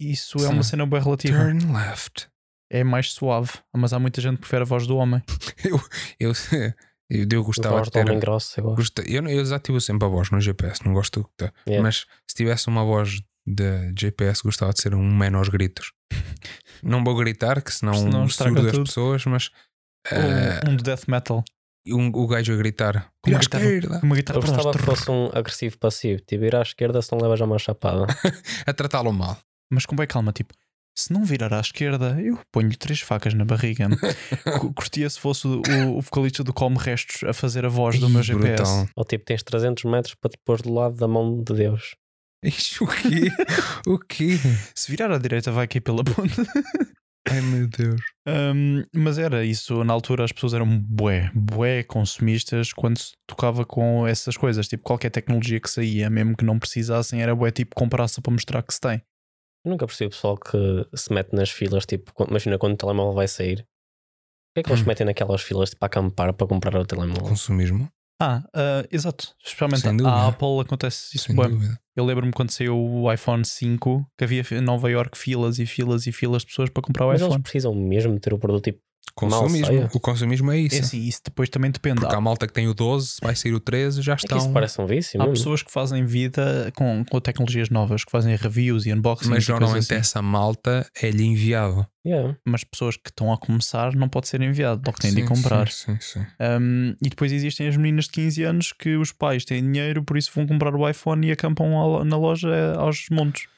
C: Isso é uma
A: Sim.
C: cena bem relativa.
A: Turn left.
C: É mais suave, mas há muita gente que prefere a voz do homem.
A: Eu, eu, eu
B: A
A: gostava
B: voz
A: de
B: do
A: ter.
B: homem grosso agora.
A: Gosta- Eu, não- eu desativo sempre a voz no GPS, não gosto do que tá.
B: Yeah.
A: Mas se tivesse uma voz de GPS, gostava de ser um man aos gritos. não vou gritar, que senão, um
C: Senão estraga
A: surdo as
C: tudo.
A: pessoas, mas eh,
C: Um, um de death metal,
A: um- o gajo a gritar
C: Com
A: "Vira
C: uma
A: à
C: guitarra.
A: esquerda",
C: uma guitarra
B: Eu
C: para
B: gostava
C: trás,
B: que
C: trrr,
B: fosse um agressivo passivo, tipo ir à esquerda se não leva já uma chapada.
A: a tratá-lo mal.
C: mas com bem calma, tipo. Se não virar à esquerda, eu ponho-lhe três facas na barriga. Cu- Curtia se fosse o, o vocalista do Come Restos a fazer a voz do meu
A: Ih,
C: GPS.
A: brutal.
B: Ou tipo, tens 300 metros para te pôr do lado da mão de Deus.
A: Ixi, o quê? o quê?
C: Se virar à direita, vai aqui pela ponta.
A: Ai meu Deus.
C: Um, mas era isso, na altura as pessoas eram bué, bué consumistas quando se tocava com essas coisas, tipo qualquer tecnologia que saía, mesmo que não precisassem, era bué tipo comprar-se para mostrar que se tem.
B: Eu nunca percebi o pessoal que se mete nas filas, tipo, quando- imagina quando o telemóvel vai sair. Porquê é que eles
A: Hum.
B: se metem naquelas filas tipo, para acampar para comprar o telemóvel?
A: Consumismo?
C: Ah, ah, exato, especialmente
A: Sem
C: a-
A: dúvida.
C: a Apple acontece isso
A: Sem
C: bué.
A: dúvida.
C: Eu lembro-me quando saiu o iPhone 5 que havia em Nova York filas e filas e filas de pessoas para comprar o
B: Mas eles
C: iPhone.
B: precisam mesmo ter o produto tipo,
A: Consumismo.
B: saia.
A: O consumismo é isso.
C: É assim, isso depois também depende.
A: Porque
C: Há,
A: há malta que tem o 12, vai sair o 13, já
B: é que
A: estão.
B: isso parece um vício,
C: há
B: mesmo.
C: pessoas que fazem vida com, com tecnologias novas, que fazem reviews e unboxings
A: Mas
C: e coisas
A: normalmente
C: assim.
A: essa malta é-lhe enviável.
B: Yeah.
C: mas pessoas que estão a começar não pode ser enviado, logo têm de ir
A: Sim,
C: comprar.
A: Sim, sim, sim.
C: Um, e depois existem as meninas de 15 anos que os pais têm dinheiro, por isso vão comprar o iPhone e acampam ao- na loja eh, aos montes.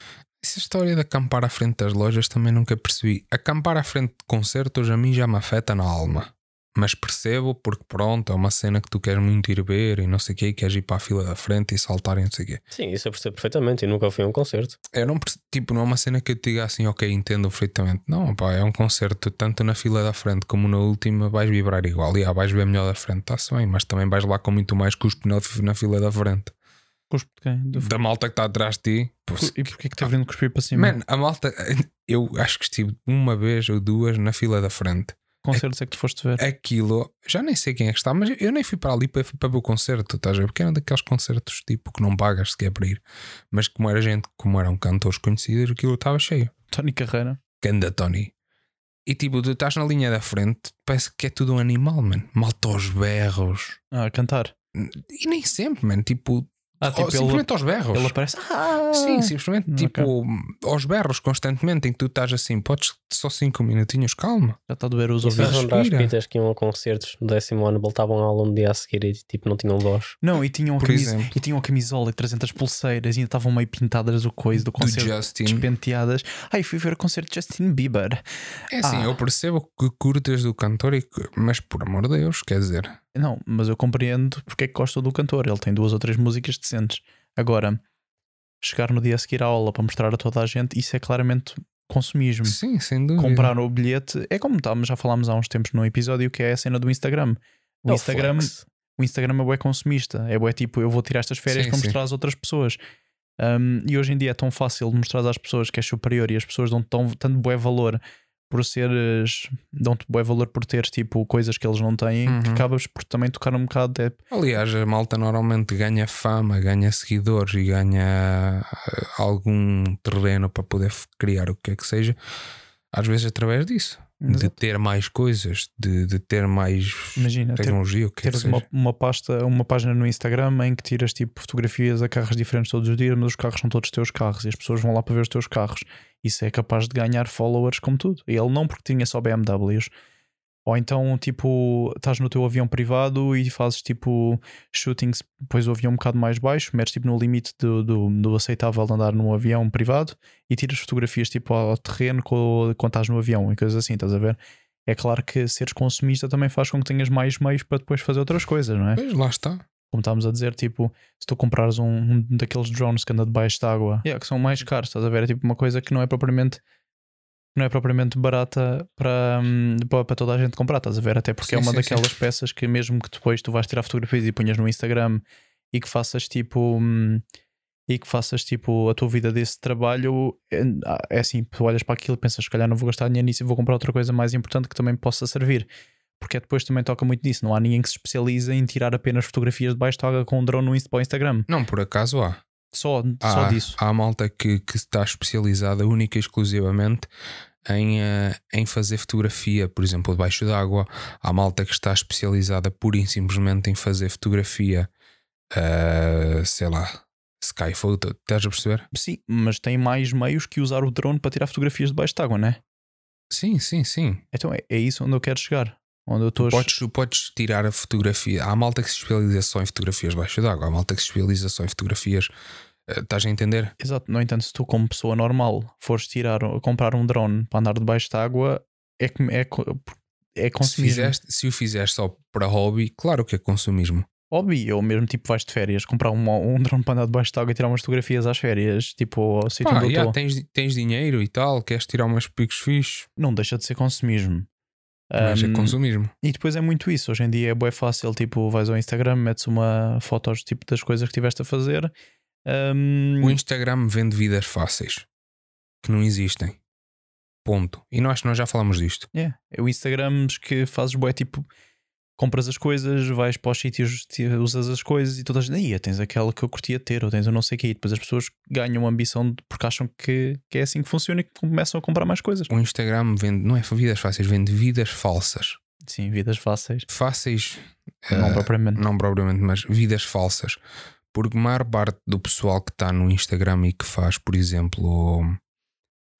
A: Essa história de acampar à frente das lojas também nunca percebi. Acampar à frente de concertos a mim já me afeta na alma. Mas percebo porque, pronto, é uma cena que tu queres muito ir ver e não sei o quê, e queres ir para a fila da frente e saltar e não sei o quê.
B: Sim, isso eu percebo perfeitamente. Eu nunca fui a um concerto.
A: Eu não, perce- tipo, não é uma cena que eu te diga assim, ok, entendo perfeitamente. Não, pá, é um concerto, tanto na fila da frente como na última vais vibrar igual. E ah, vais ver melhor da frente, está-se bem, mas também vais lá com muito mais cuspo na, na fila da frente.
C: Cuspo de quem? Do-
A: Da Ah, malta que está atrás de ti. pô,
C: E porquê que te vindo cuspir para cima?
A: Man, a malta, eu acho que estive uma vez ou duas na fila da frente.
C: Concertos é que tu foste ver?
A: Aquilo, já nem sei quem é que está, mas eu nem fui para ali para, fui para ver o concerto, estás a ver? Porque era daqueles concertos tipo que não pagas sequer para ir. Mas como era gente, como eram cantores conhecidos, aquilo estava cheio.
C: Tony Carreira.
A: Ganda Tony. E tipo, tu estás na linha da frente, parece que é tudo um animal, mano. Malta aos berros.
C: Ah, a cantar.
A: E nem sempre, mano. Tipo,
C: Ah, tipo,
A: oh,
C: ele,
A: simplesmente aos berros.
C: ele aparece. Ah!
A: Sim, simplesmente
C: ok.
A: tipo aos berros constantemente em que tu estás assim, podes só 5 minutinhos, calma.
C: Já está a doer os
B: Isso
C: ouvidos.
A: Exato.
B: lembra as
A: respira.
B: pitas que iam a concertos no décimo ano, voltavam ao aluno no dia a seguir e tipo não tinham voz.
C: Não, e tinham, a
A: Por
C: camisa,
A: exemplo.
C: e tinham a camisola e 300 pulseiras e ainda estavam meio pintadas o coisa
A: Do
C: do concerto.
A: Justin.
C: despenteadas. Ai, fui ver o concerto de Justin Bieber.
A: É assim,
C: Ah.
A: eu percebo que curtas do cantor, e que- mas por amor de Deus, quer dizer,
C: Não, mas eu compreendo porque é que gosto do cantor. Ele tem duas ou três músicas decentes. Agora, chegar no dia a seguir à aula para mostrar a toda a gente, isso é claramente consumismo.
A: sim, sem
B: é.
A: dúvida.
C: Hum. Comprar o bilhete é como estávamos, já falámos há uns tempos num episódio que é a cena do Instagram. O
B: É o
C: Instagram,
B: flex.
C: o Instagram é bué consumista. É bué tipo, eu vou tirar estas férias
A: Sim,
C: para
A: sim.
C: mostrar às outras pessoas. Um, e hoje em dia é tão fácil mostrar às pessoas que és superior e as pessoas dão tão, tanto bué valor por seres. dão-te bué valor por teres tipo coisas que eles não têm que
A: Uhum.
C: acabas por também tocar um bocado de.
A: Aliás, a malta normalmente ganha fama, ganha seguidores e ganha eh, algum terreno para poder f- criar o que é que seja, às vezes através disso. De ter mais coisas, de, de ter mais
C: Imagina, ter,
A: tecnologia, o que é que
C: teres
A: seja.
C: uma, uma pasta, uma página no Instagram em que tiras tipo fotografias a carros diferentes todos os dias, mas os carros são todos teus carros e as pessoas vão lá para ver os teus carros. Isso é capaz de ganhar followers como tudo. E ele não porque tinha só BMWs. Ou então, tipo, estás no teu avião privado e fazes tipo shootings, pões o avião um bocado mais baixo, metes tipo no limite do, do, do aceitável de andar num avião privado e tiras fotografias tipo ao terreno co- quando estás no avião e coisas assim, estás a ver? É claro que seres consumista também faz com que tenhas mais meios para depois fazer outras coisas, não é?
A: Pois, lá está.
C: Como estávamos a dizer, tipo, se tu comprares um, um daqueles drones que anda debaixo de água, yeah, que são mais caros, estás a ver? É tipo uma coisa que não é propriamente não é propriamente barata para, hum, para, para toda a gente comprar, estás a ver? Até porque é
A: Sim,
C: uma
A: sim, sim.
C: daquelas peças que mesmo que depois tu vais tirar fotografias e ponhas no Instagram e que faças tipo hum, e que faças tipo a tua vida desse trabalho é, é assim, tu olhas para aquilo e pensas, se calhar não vou gastar dinheiro nisso e vou comprar outra coisa mais importante que também me possa servir. Porque é depois também toca muito nisso, não há ninguém que se especializa em tirar apenas fotografias debaixo de água com um drone no Insta, para o Instagram.
A: Não, por acaso há.
C: Só,
A: Há,
C: só disso.
A: há malta que, que está especializada única e exclusivamente em, eh, em fazer fotografia, por exemplo, debaixo d'água. Há malta que está especializada pura e simplesmente em fazer fotografia, eh, sei lá, sky photo. Estás a perceber?
C: Sim, mas tem mais meios que usar o drone para tirar fotografias debaixo de água, não é?
A: Sim, sim, sim.
C: Então é, é isso onde eu quero chegar. Onde eu estou a
A: Podes, tu podes tirar a fotografia. Há malta que se especializa só em fotografias debaixo d'água. Há malta que se especializa só em fotografias. eh, Estás a entender?
C: Exato, no entanto, se tu, como pessoa normal, fores tirar, comprar um drone para andar debaixo de água, é, com- é, co- é
A: Se,
C: consumismo.
A: fizeste, se o fizeres só para hobby, claro que é consumismo.
C: Hobby, ou mesmo tipo vais de férias, comprar um, um drone para andar debaixo de água e tirar umas fotografias às férias, tipo ao sítio
A: Pá,
C: onde eu
A: já,
C: estou.
A: Ah, tens, tens dinheiro e tal, queres tirar umas picos fixos,
C: Não deixa de ser consumismo.
A: mas é
C: Ahm,
A: consumismo.
C: E depois é muito isso. Hoje em dia é bem fácil, tipo, vais ao Instagram, metes uma foto tipo, das coisas que tiveste a fazer. hum, Ahm,
A: O Instagram vende vidas fáceis que não existem. Ponto. E nós, nós já falamos disto.
C: É, é o Instagram que fazes bué, tipo, compras as coisas, vais para os sítios, ti- usas as coisas e todas, aí tens aquela que eu curtia ter, ou tens eu não sei o quê, e depois as pessoas ganham ambição de- porque acham que, que é assim que funciona e que começam a comprar mais coisas.
A: O Instagram vende, não é vidas fáceis, vende vidas falsas.
C: Sim, vidas fáceis.
A: Fáceis,
C: não
A: eh,
C: propriamente.
A: não propriamente, mas vidas falsas. Porque a maior parte do pessoal que está no Instagram e que faz, por exemplo,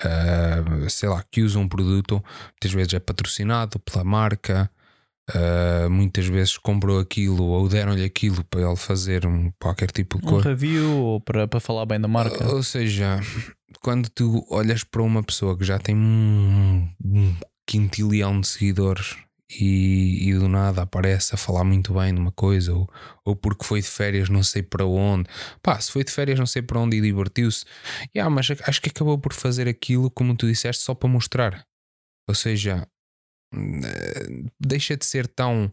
A: ah, sei lá, que usa um produto, muitas vezes é patrocinado pela marca, ah, muitas vezes comprou aquilo ou deram-lhe aquilo para ele fazer um, qualquer tipo de
C: Um
A: coisa.
C: review ou para, para falar bem da marca.
A: Ou seja, quando tu olhas para uma pessoa que já tem um, um quintilhão de seguidores e, e do nada aparece a falar muito bem de uma coisa, ou, ou porque foi de férias não sei para onde, pá, se foi de férias não sei para onde e divertiu-se, yeah, mas acho que acabou por fazer aquilo, como tu disseste, só para mostrar. Ou seja, eh, deixa de ser tão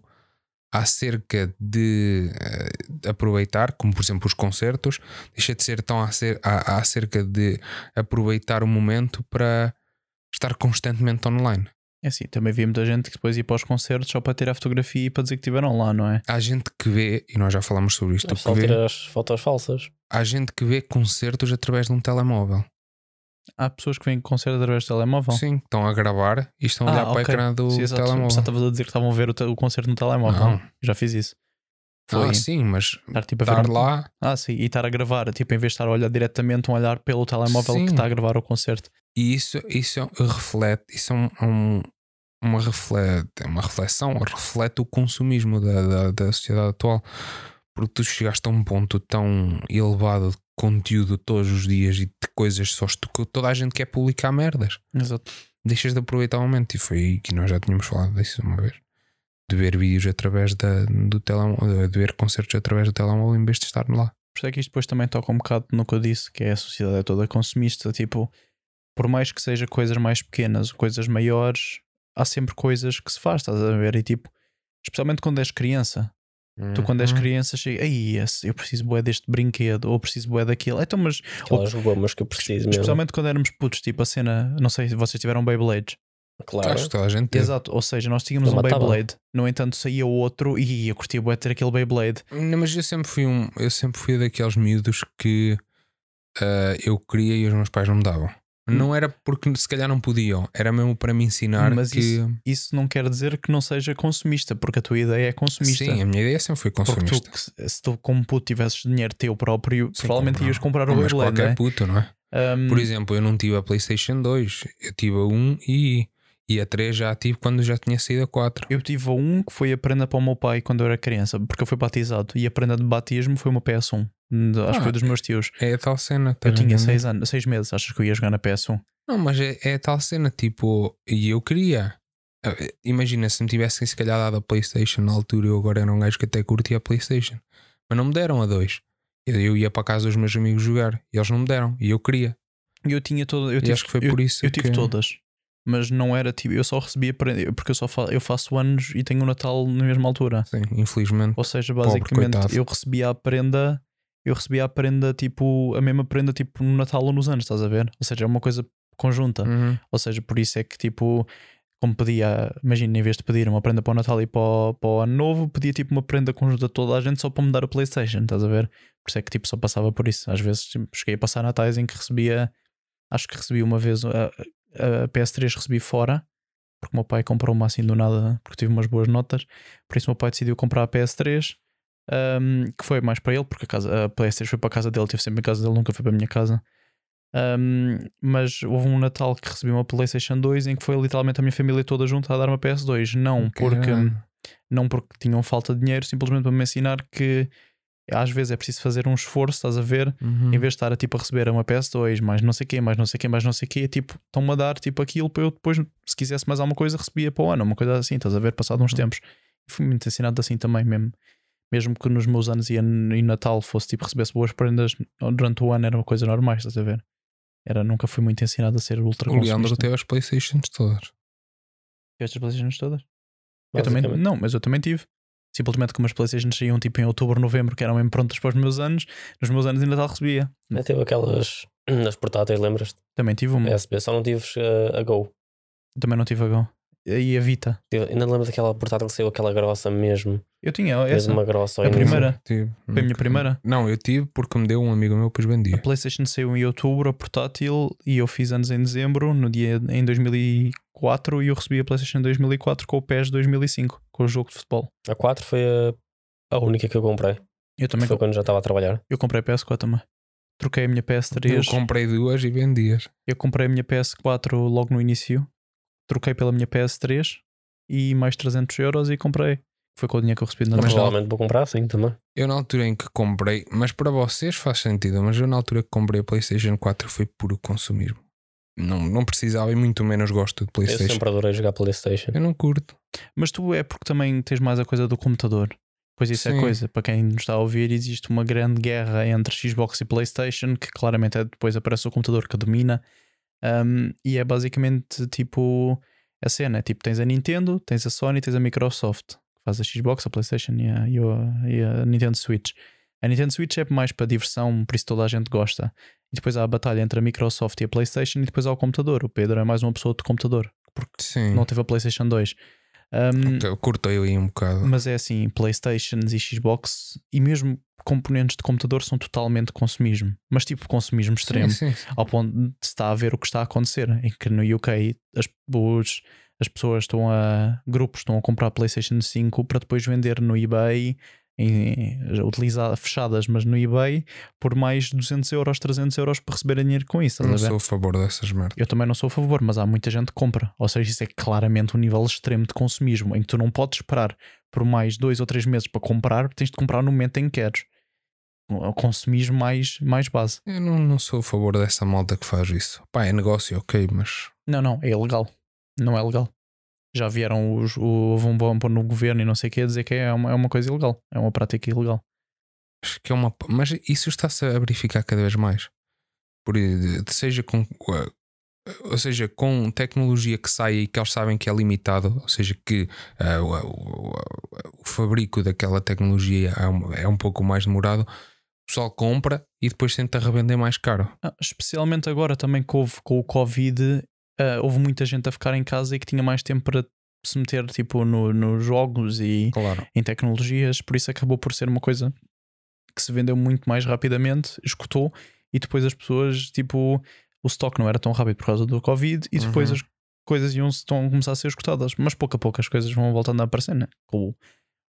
A: acerca de eh, aproveitar, como por exemplo os concertos, deixa de ser tão acer- a- acerca de aproveitar o momento para estar constantemente online.
C: É assim, também vi muita gente que depois ia para os concertos só para tirar fotografia e para dizer que estiveram lá, não é?
A: Há gente que vê, e nós já falamos sobre isto,
B: O
C: tipo,
A: que
B: pessoal
A: vê-
B: tira as fotos falsas.
A: há gente que vê concertos através de um telemóvel.
C: Há pessoas que vêm concertos através do telemóvel.
A: Sim, estão a gravar e estão a
C: Ah,
A: olhar para
C: ok.
A: o ecrã do
C: Sim, exato. O pessoal
A: telemóvel.
C: estava a dizer que estavam a ver o, te- o concerto no telemóvel.
A: Não.
C: Já fiz isso. Foi
A: Ah, sim, mas
C: estar tipo a ver
A: estar
C: um-
A: lá,
C: Ah, sim, e estar a gravar, tipo, em vez de estar a olhar diretamente, um olhar pelo telemóvel
A: Sim.
C: que está a gravar o concerto.
A: e isso, isso é um, reflete, isso é um- um- uma, reflete, é uma reflexão, reflete o consumismo da, da, da sociedade atual. Porque tu chegaste a um ponto tão elevado de conteúdo todos os dias e de coisas só estu- que toda a gente quer publicar merdas.
C: Exato.
A: Deixas de aproveitar o momento. E foi aí que nós já tínhamos falado disso uma vez. De ver vídeos através da, do telemóvel, de ver concertos através do telemóvel em vez de estar lá.
C: Por isso é que isto depois também toca um bocado no que eu disse, que é a sociedade é toda consumista, tipo, por mais que seja coisas mais pequenas, coisas maiores, há sempre coisas que se faz, estás a ver? E tipo, especialmente quando és criança, Tu quando
A: Hum. Uhum.
C: és criança chega, aí eu preciso bué deste brinquedo, ou preciso bué daquilo. Então, mas
B: Aquelas bombas que eu preciso mesmo.
C: especialmente quando éramos putos, tipo a cena, não sei se vocês tiveram Beyblades.
B: Claro.
A: Acho que toda a gente. teve.
C: Exato, ou seja, nós tínhamos
B: Eu
C: um
A: tá
B: matava.
C: Beyblade, no entanto saía outro e eu curtia bué ter aquele Beyblade.
A: Não, mas eu sempre fui um, eu sempre fui daqueles miúdos que ah, eu queria e os meus pais não me davam.
C: Hum.
A: Não era porque se calhar não podiam, era mesmo para me ensinar
C: Mas
A: que
C: Isso é não quer dizer que não seja consumista, porque a tua ideia é consumista.
A: sim, a minha ideia sempre foi
C: Porque tu,
A: consumista.
C: que- se tu, como puto, tivesses dinheiro teu próprio,
A: Sim,
C: provavelmente
A: comprava.
C: ias comprar o
A: Mas
C: Beyblade,
A: qualquer
C: né?
A: puto, não é?
C: Um,
A: Por exemplo, eu não tive a PlayStation 2, eu tive a 1 e, e a 3 já tive quando já tinha saído a 4.
C: Eu tive um que foi a prenda para o meu pai quando eu era criança, porque eu fui batizado. E a prenda de batismo foi uma PS1. de- Acho que
A: Ah, um
C: foi dos meus tios.
A: É a tal cena.
C: Eu
A: estás a
C: tinha
A: entender?
C: 6 anos, seis meses. Achas que eu ia jogar na PS1?
A: Não, mas é, é a tal cena, tipo, e eu queria. Eh, Imagina se me tivessem se calhar dado a Playstation na altura, eu agora era um gajo que até curtia a Playstation, mas não me deram a dois. Eu, eu ia para casa dos meus amigos jogar e eles não me deram, e eu queria.
C: E eu tinha toda. Eu
A: e
C: tive,
A: acho que foi
C: eu,
A: por isso.
C: eu tive
A: que-
C: todas. Mas não era tipo. Eu só recebia prenda. Porque eu só fa- eu faço anos e tenho o Natal na mesma altura.
A: Sim, infelizmente.
C: Ou seja,
A: Pobre
C: basicamente
A: coitado.
C: eu recebia a prenda. Eu recebia a prenda tipo. A mesma prenda tipo no Natal ou nos anos, estás a ver? Ou seja, é uma coisa conjunta.
A: Uhum.
C: Ou seja, por isso é que tipo, como pedia, imagina, em vez de pedir uma prenda para o Natal e para o, para o Ano Novo, pedia tipo uma prenda conjunta de toda a gente só para mudar o PlayStation, estás a ver? Por isso é que tipo só passava por isso. Às vezes tipo, cheguei a passar Natais em que recebia, acho que recebi uma vez a, a PS3 recebi fora. Porque o meu pai comprou uma assim do nada, porque tive umas boas notas. Por isso, o meu pai decidiu comprar a PS3, ahm, ehm, que foi mais para ele, porque a, casa, a PS3 foi para a casa dele, teve sempre em casa dele, nunca foi para a minha casa. Um, mas houve um Natal que recebi uma PlayStation 2 em que foi literalmente a minha família toda junta a dar uma PS2. Não porque,
A: Caramba.
C: não porque tinham falta de dinheiro, simplesmente para me ensinar que às vezes é preciso fazer um esforço, estás a ver?
A: Uhum.
C: Em vez de estar a, tipo, a receber uma PS2, mais não sei o quê, mais não sei o quê, mais não sei o quê, é, tipo, estão-me a dar tipo, aquilo para eu depois, se quisesse mais alguma coisa, recebia para o ano, uma coisa assim, estás a ver? Passado uns
A: Uhum.
C: tempos. E fui muito ensinado assim também, mesmo. Mesmo que nos meus anos e, ano- e Natal fosse tipo, recebesse boas prendas durante o ano, era uma coisa normal, estás a ver? Era, nunca fui muito ensinado a ser ultra
A: O Leandro
C: consumista.
A: teve as Playstations todas.
C: Tiveste as Playstations todas? Eu também,
B: basicamente.
C: não, mas eu também tive. Simplesmente como as Playstations saíam tipo em outubro, novembro, que eram mesmo prontas para os meus anos, nos meus anos de Natal recebia.
B: Eu tive É, tipo, aquelas nas portáteis, lembras-te?
C: Também tive uma.
B: PSP, só não tive uh, a Go.
C: Também não tive a Go. E a Vita.
B: Tive- ainda lembro daquela portátil que saiu aquela grossa mesmo.
C: Eu tinha essa.
B: Mesmo uma grossa. ao
C: A
B: início.
C: primeira?
A: Tive.
C: Foi a minha primeira.
A: Não, eu tive porque me deu um amigo meu, depois vendi.
C: A PlayStation saiu em outubro, a portátil, e eu fiz anos em dezembro, no dia em 2004, e eu recebi a PlayStation 2004 com o PES 2005, com o jogo de futebol.
B: A 4 foi a, a única que eu comprei.
C: Eu também
B: foi
C: co-
B: quando já estava a trabalhar.
C: eu comprei a PS4 também. Troquei a minha
A: Eu
C: PS3, eu,
A: comprei duas e vendi-as.
C: comprei a minha PS4 logo no início, troquei pela minha PS3 e mais 300 euros e comprei. Foi com o dinheiro que eu recebi na
B: Mas
C: Natal.
B: provavelmente vou comprar, sim, também.
A: Eu na altura em que comprei, mas para vocês faz sentido, mas eu na altura que comprei a PlayStation 4 foi puro consumismo. Não, não precisava e muito menos gosto de
B: Eu
A: PlayStation.
B: sempre adorei jogar PlayStation.
A: Eu, não curto.
C: Mas tu é porque também tens mais a coisa do computador. Pois isso é
A: Sim.
C: coisa, para quem nos está a ouvir, existe uma grande guerra entre Xbox e PlayStation, que claramente é depois aparece o computador que domina. Um, e é basicamente tipo a cena: tipo, tens a Nintendo, tens a Sony, tens a Microsoft, que faz a Xbox, a PlayStation e a, e a- e a Nintendo Switch. A Nintendo Switch é mais para diversão, por isso toda a gente gosta. E depois há a batalha entre a Microsoft e a PlayStation, e depois há o computador. O Pedro é mais uma pessoa de computador,
A: Sim.
C: não teve a PlayStation 2. Um,
A: Eu curto eu aí um bocado.
C: mas é assim, Playstations e Xbox e mesmo componentes de computador são totalmente consumismo. Mas tipo consumismo extremo,
A: Sim, sim, sim.
C: ao ponto de se está a ver o que está a acontecer, em que no UK as, os- as pessoas estão a grupos estão a comprar PlayStation 5 para depois vender no eBay. Em, utilizar, fechadas, mas no eBay por mais 200 euros, 300 euros para receber dinheiro com isso. estás
A: Não
C: a ver?
A: sou a favor dessas merdas.
C: Eu também não sou a favor, mas há muita gente que compra. Ou seja, isso é claramente um nível extremo de consumismo em que tu não podes esperar por mais dois ou três meses para comprar, tens de comprar no momento em que queres. O consumismo mais, mais base.
A: Eu não, não sou a favor dessa malta que faz isso. Pá, é negócio, ok, mas.
C: Não, não, é ilegal. Não é legal. Já vieram os. O, houve um bom pôr no governo e não sei o que dizer que é uma, é uma coisa ilegal. É uma prática ilegal.
A: acho que é uma. Mas isso está-se a verificar cada vez mais. Por, seja com. Ou seja, com tecnologia que sai e que eles sabem que é limitado, ou seja, que ah, o- o- o- o fabrico daquela tecnologia é um, é um pouco mais demorado, o pessoal compra e depois tenta revender mais caro.
C: Ah, Especialmente agora também que houve com o Covid, ah, houve muita gente a ficar em casa e que tinha mais tempo para se meter tipo no- nos jogos e
A: Claro.
C: em tecnologias, por isso acabou por ser uma coisa que se vendeu muito mais rapidamente, escutou e depois as pessoas, tipo, o stock não era tão rápido por causa do Covid e depois
A: Uhum.
C: as coisas iam estão a começar a ser escutadas, mas pouco a pouco as coisas vão voltando a aparecer, né? Com o,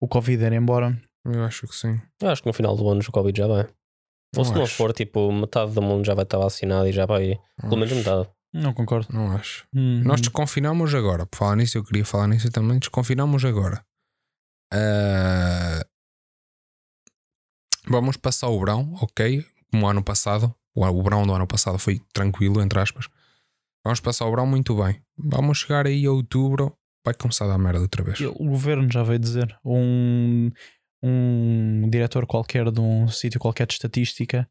C: o Covid era embora.
A: Eu acho que sim.
B: Eu acho que no final do ano o Covid já vai. Ou se não
A: acho.
B: for, tipo, metade do mundo já vai estar vacinado e já vai. Pelo menos metade.
C: Não concordo.
A: Não acho.
C: Hum,
A: Nós desconfinamos agora. Por falar nisso, eu queria falar nisso também. Desconfinamos agora. Ah, Vamos passar o verão, ok? Como o ano passado. O o verão do ano passado foi tranquilo, entre aspas. Vamos passar o verão muito bem. Vamos chegar aí a outubro. Vai começar a dar merda outra vez.
C: e o governo já veio dizer, um, um diretor qualquer de um sítio qualquer de estatística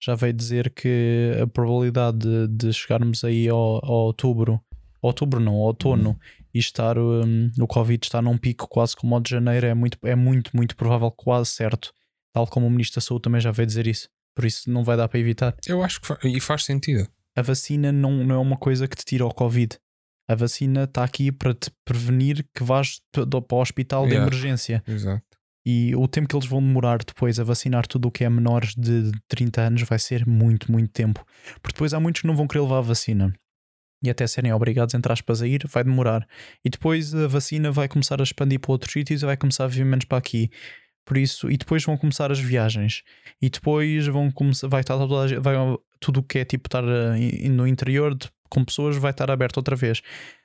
C: já veio dizer que a probabilidade de, de chegarmos aí ao, ao outubro, outubro não, ao outono, e estar hum, o Covid estar num pico quase como o de janeiro é muito, é muito, muito provável, quase certo, tal como o Ministro da Saúde também já veio dizer isso. Por isso não vai dar para evitar
A: Eu acho que fa- e faz sentido.
C: a vacina não, não é uma coisa que te tira o Covid. A vacina está aqui para te prevenir que vás p- do- para o hospital de
A: Yeah.
C: emergência.
A: Exato.
C: E o tempo que eles vão demorar depois a vacinar tudo o que é menores de 30 anos vai ser muito, muito tempo. Porque depois há muitos que não vão querer levar a vacina. E até serem obrigados, entre aspas, a ir, vai demorar. E depois a vacina vai começar a expandir para outros sítios e vai começar a vir menos para aqui. Por isso, e depois vão começar as viagens. E depois vão começar, vai estar toda a gen- vai, tudo o que é tipo estar eh, in- no interior de- com pessoas vai estar aberto outra vez.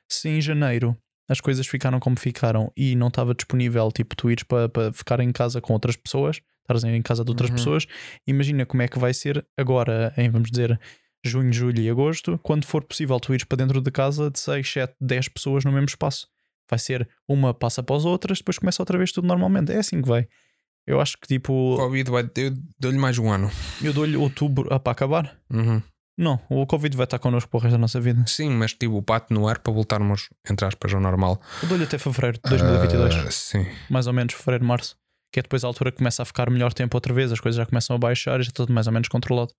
C: Se em janeiro as coisas ficaram como ficaram e não estava disponível, tipo, tu ires para, para ficar em casa com outras pessoas, estares em casa de outras
A: Uhum.
C: pessoas, imagina como é que vai ser agora, em, vamos dizer, junho, julho e agosto, quando for possível tu ires para dentro de casa de 6, 7, 10 pessoas no mesmo espaço. Vai ser uma passa para as outras, depois começa outra vez tudo normalmente. É assim que vai. Eu acho que tipo,
A: Covid vai. Eu dou-lhe mais um ano.
C: eu dou-lhe outubro ah, para acabar.
A: Uhum.
C: Não, o Covid vai estar connosco para o resto da nossa vida.
A: Sim, mas tipo o pato no ar para voltarmos, entre aspas, ao normal.
C: Eu dou-lhe até fevereiro de 2022,
A: Ah, sim.
C: mais ou menos, fevereiro, março. Que é depois a altura que começa a ficar melhor tempo outra vez, as coisas já começam a baixar e já está tudo mais ou menos controlado.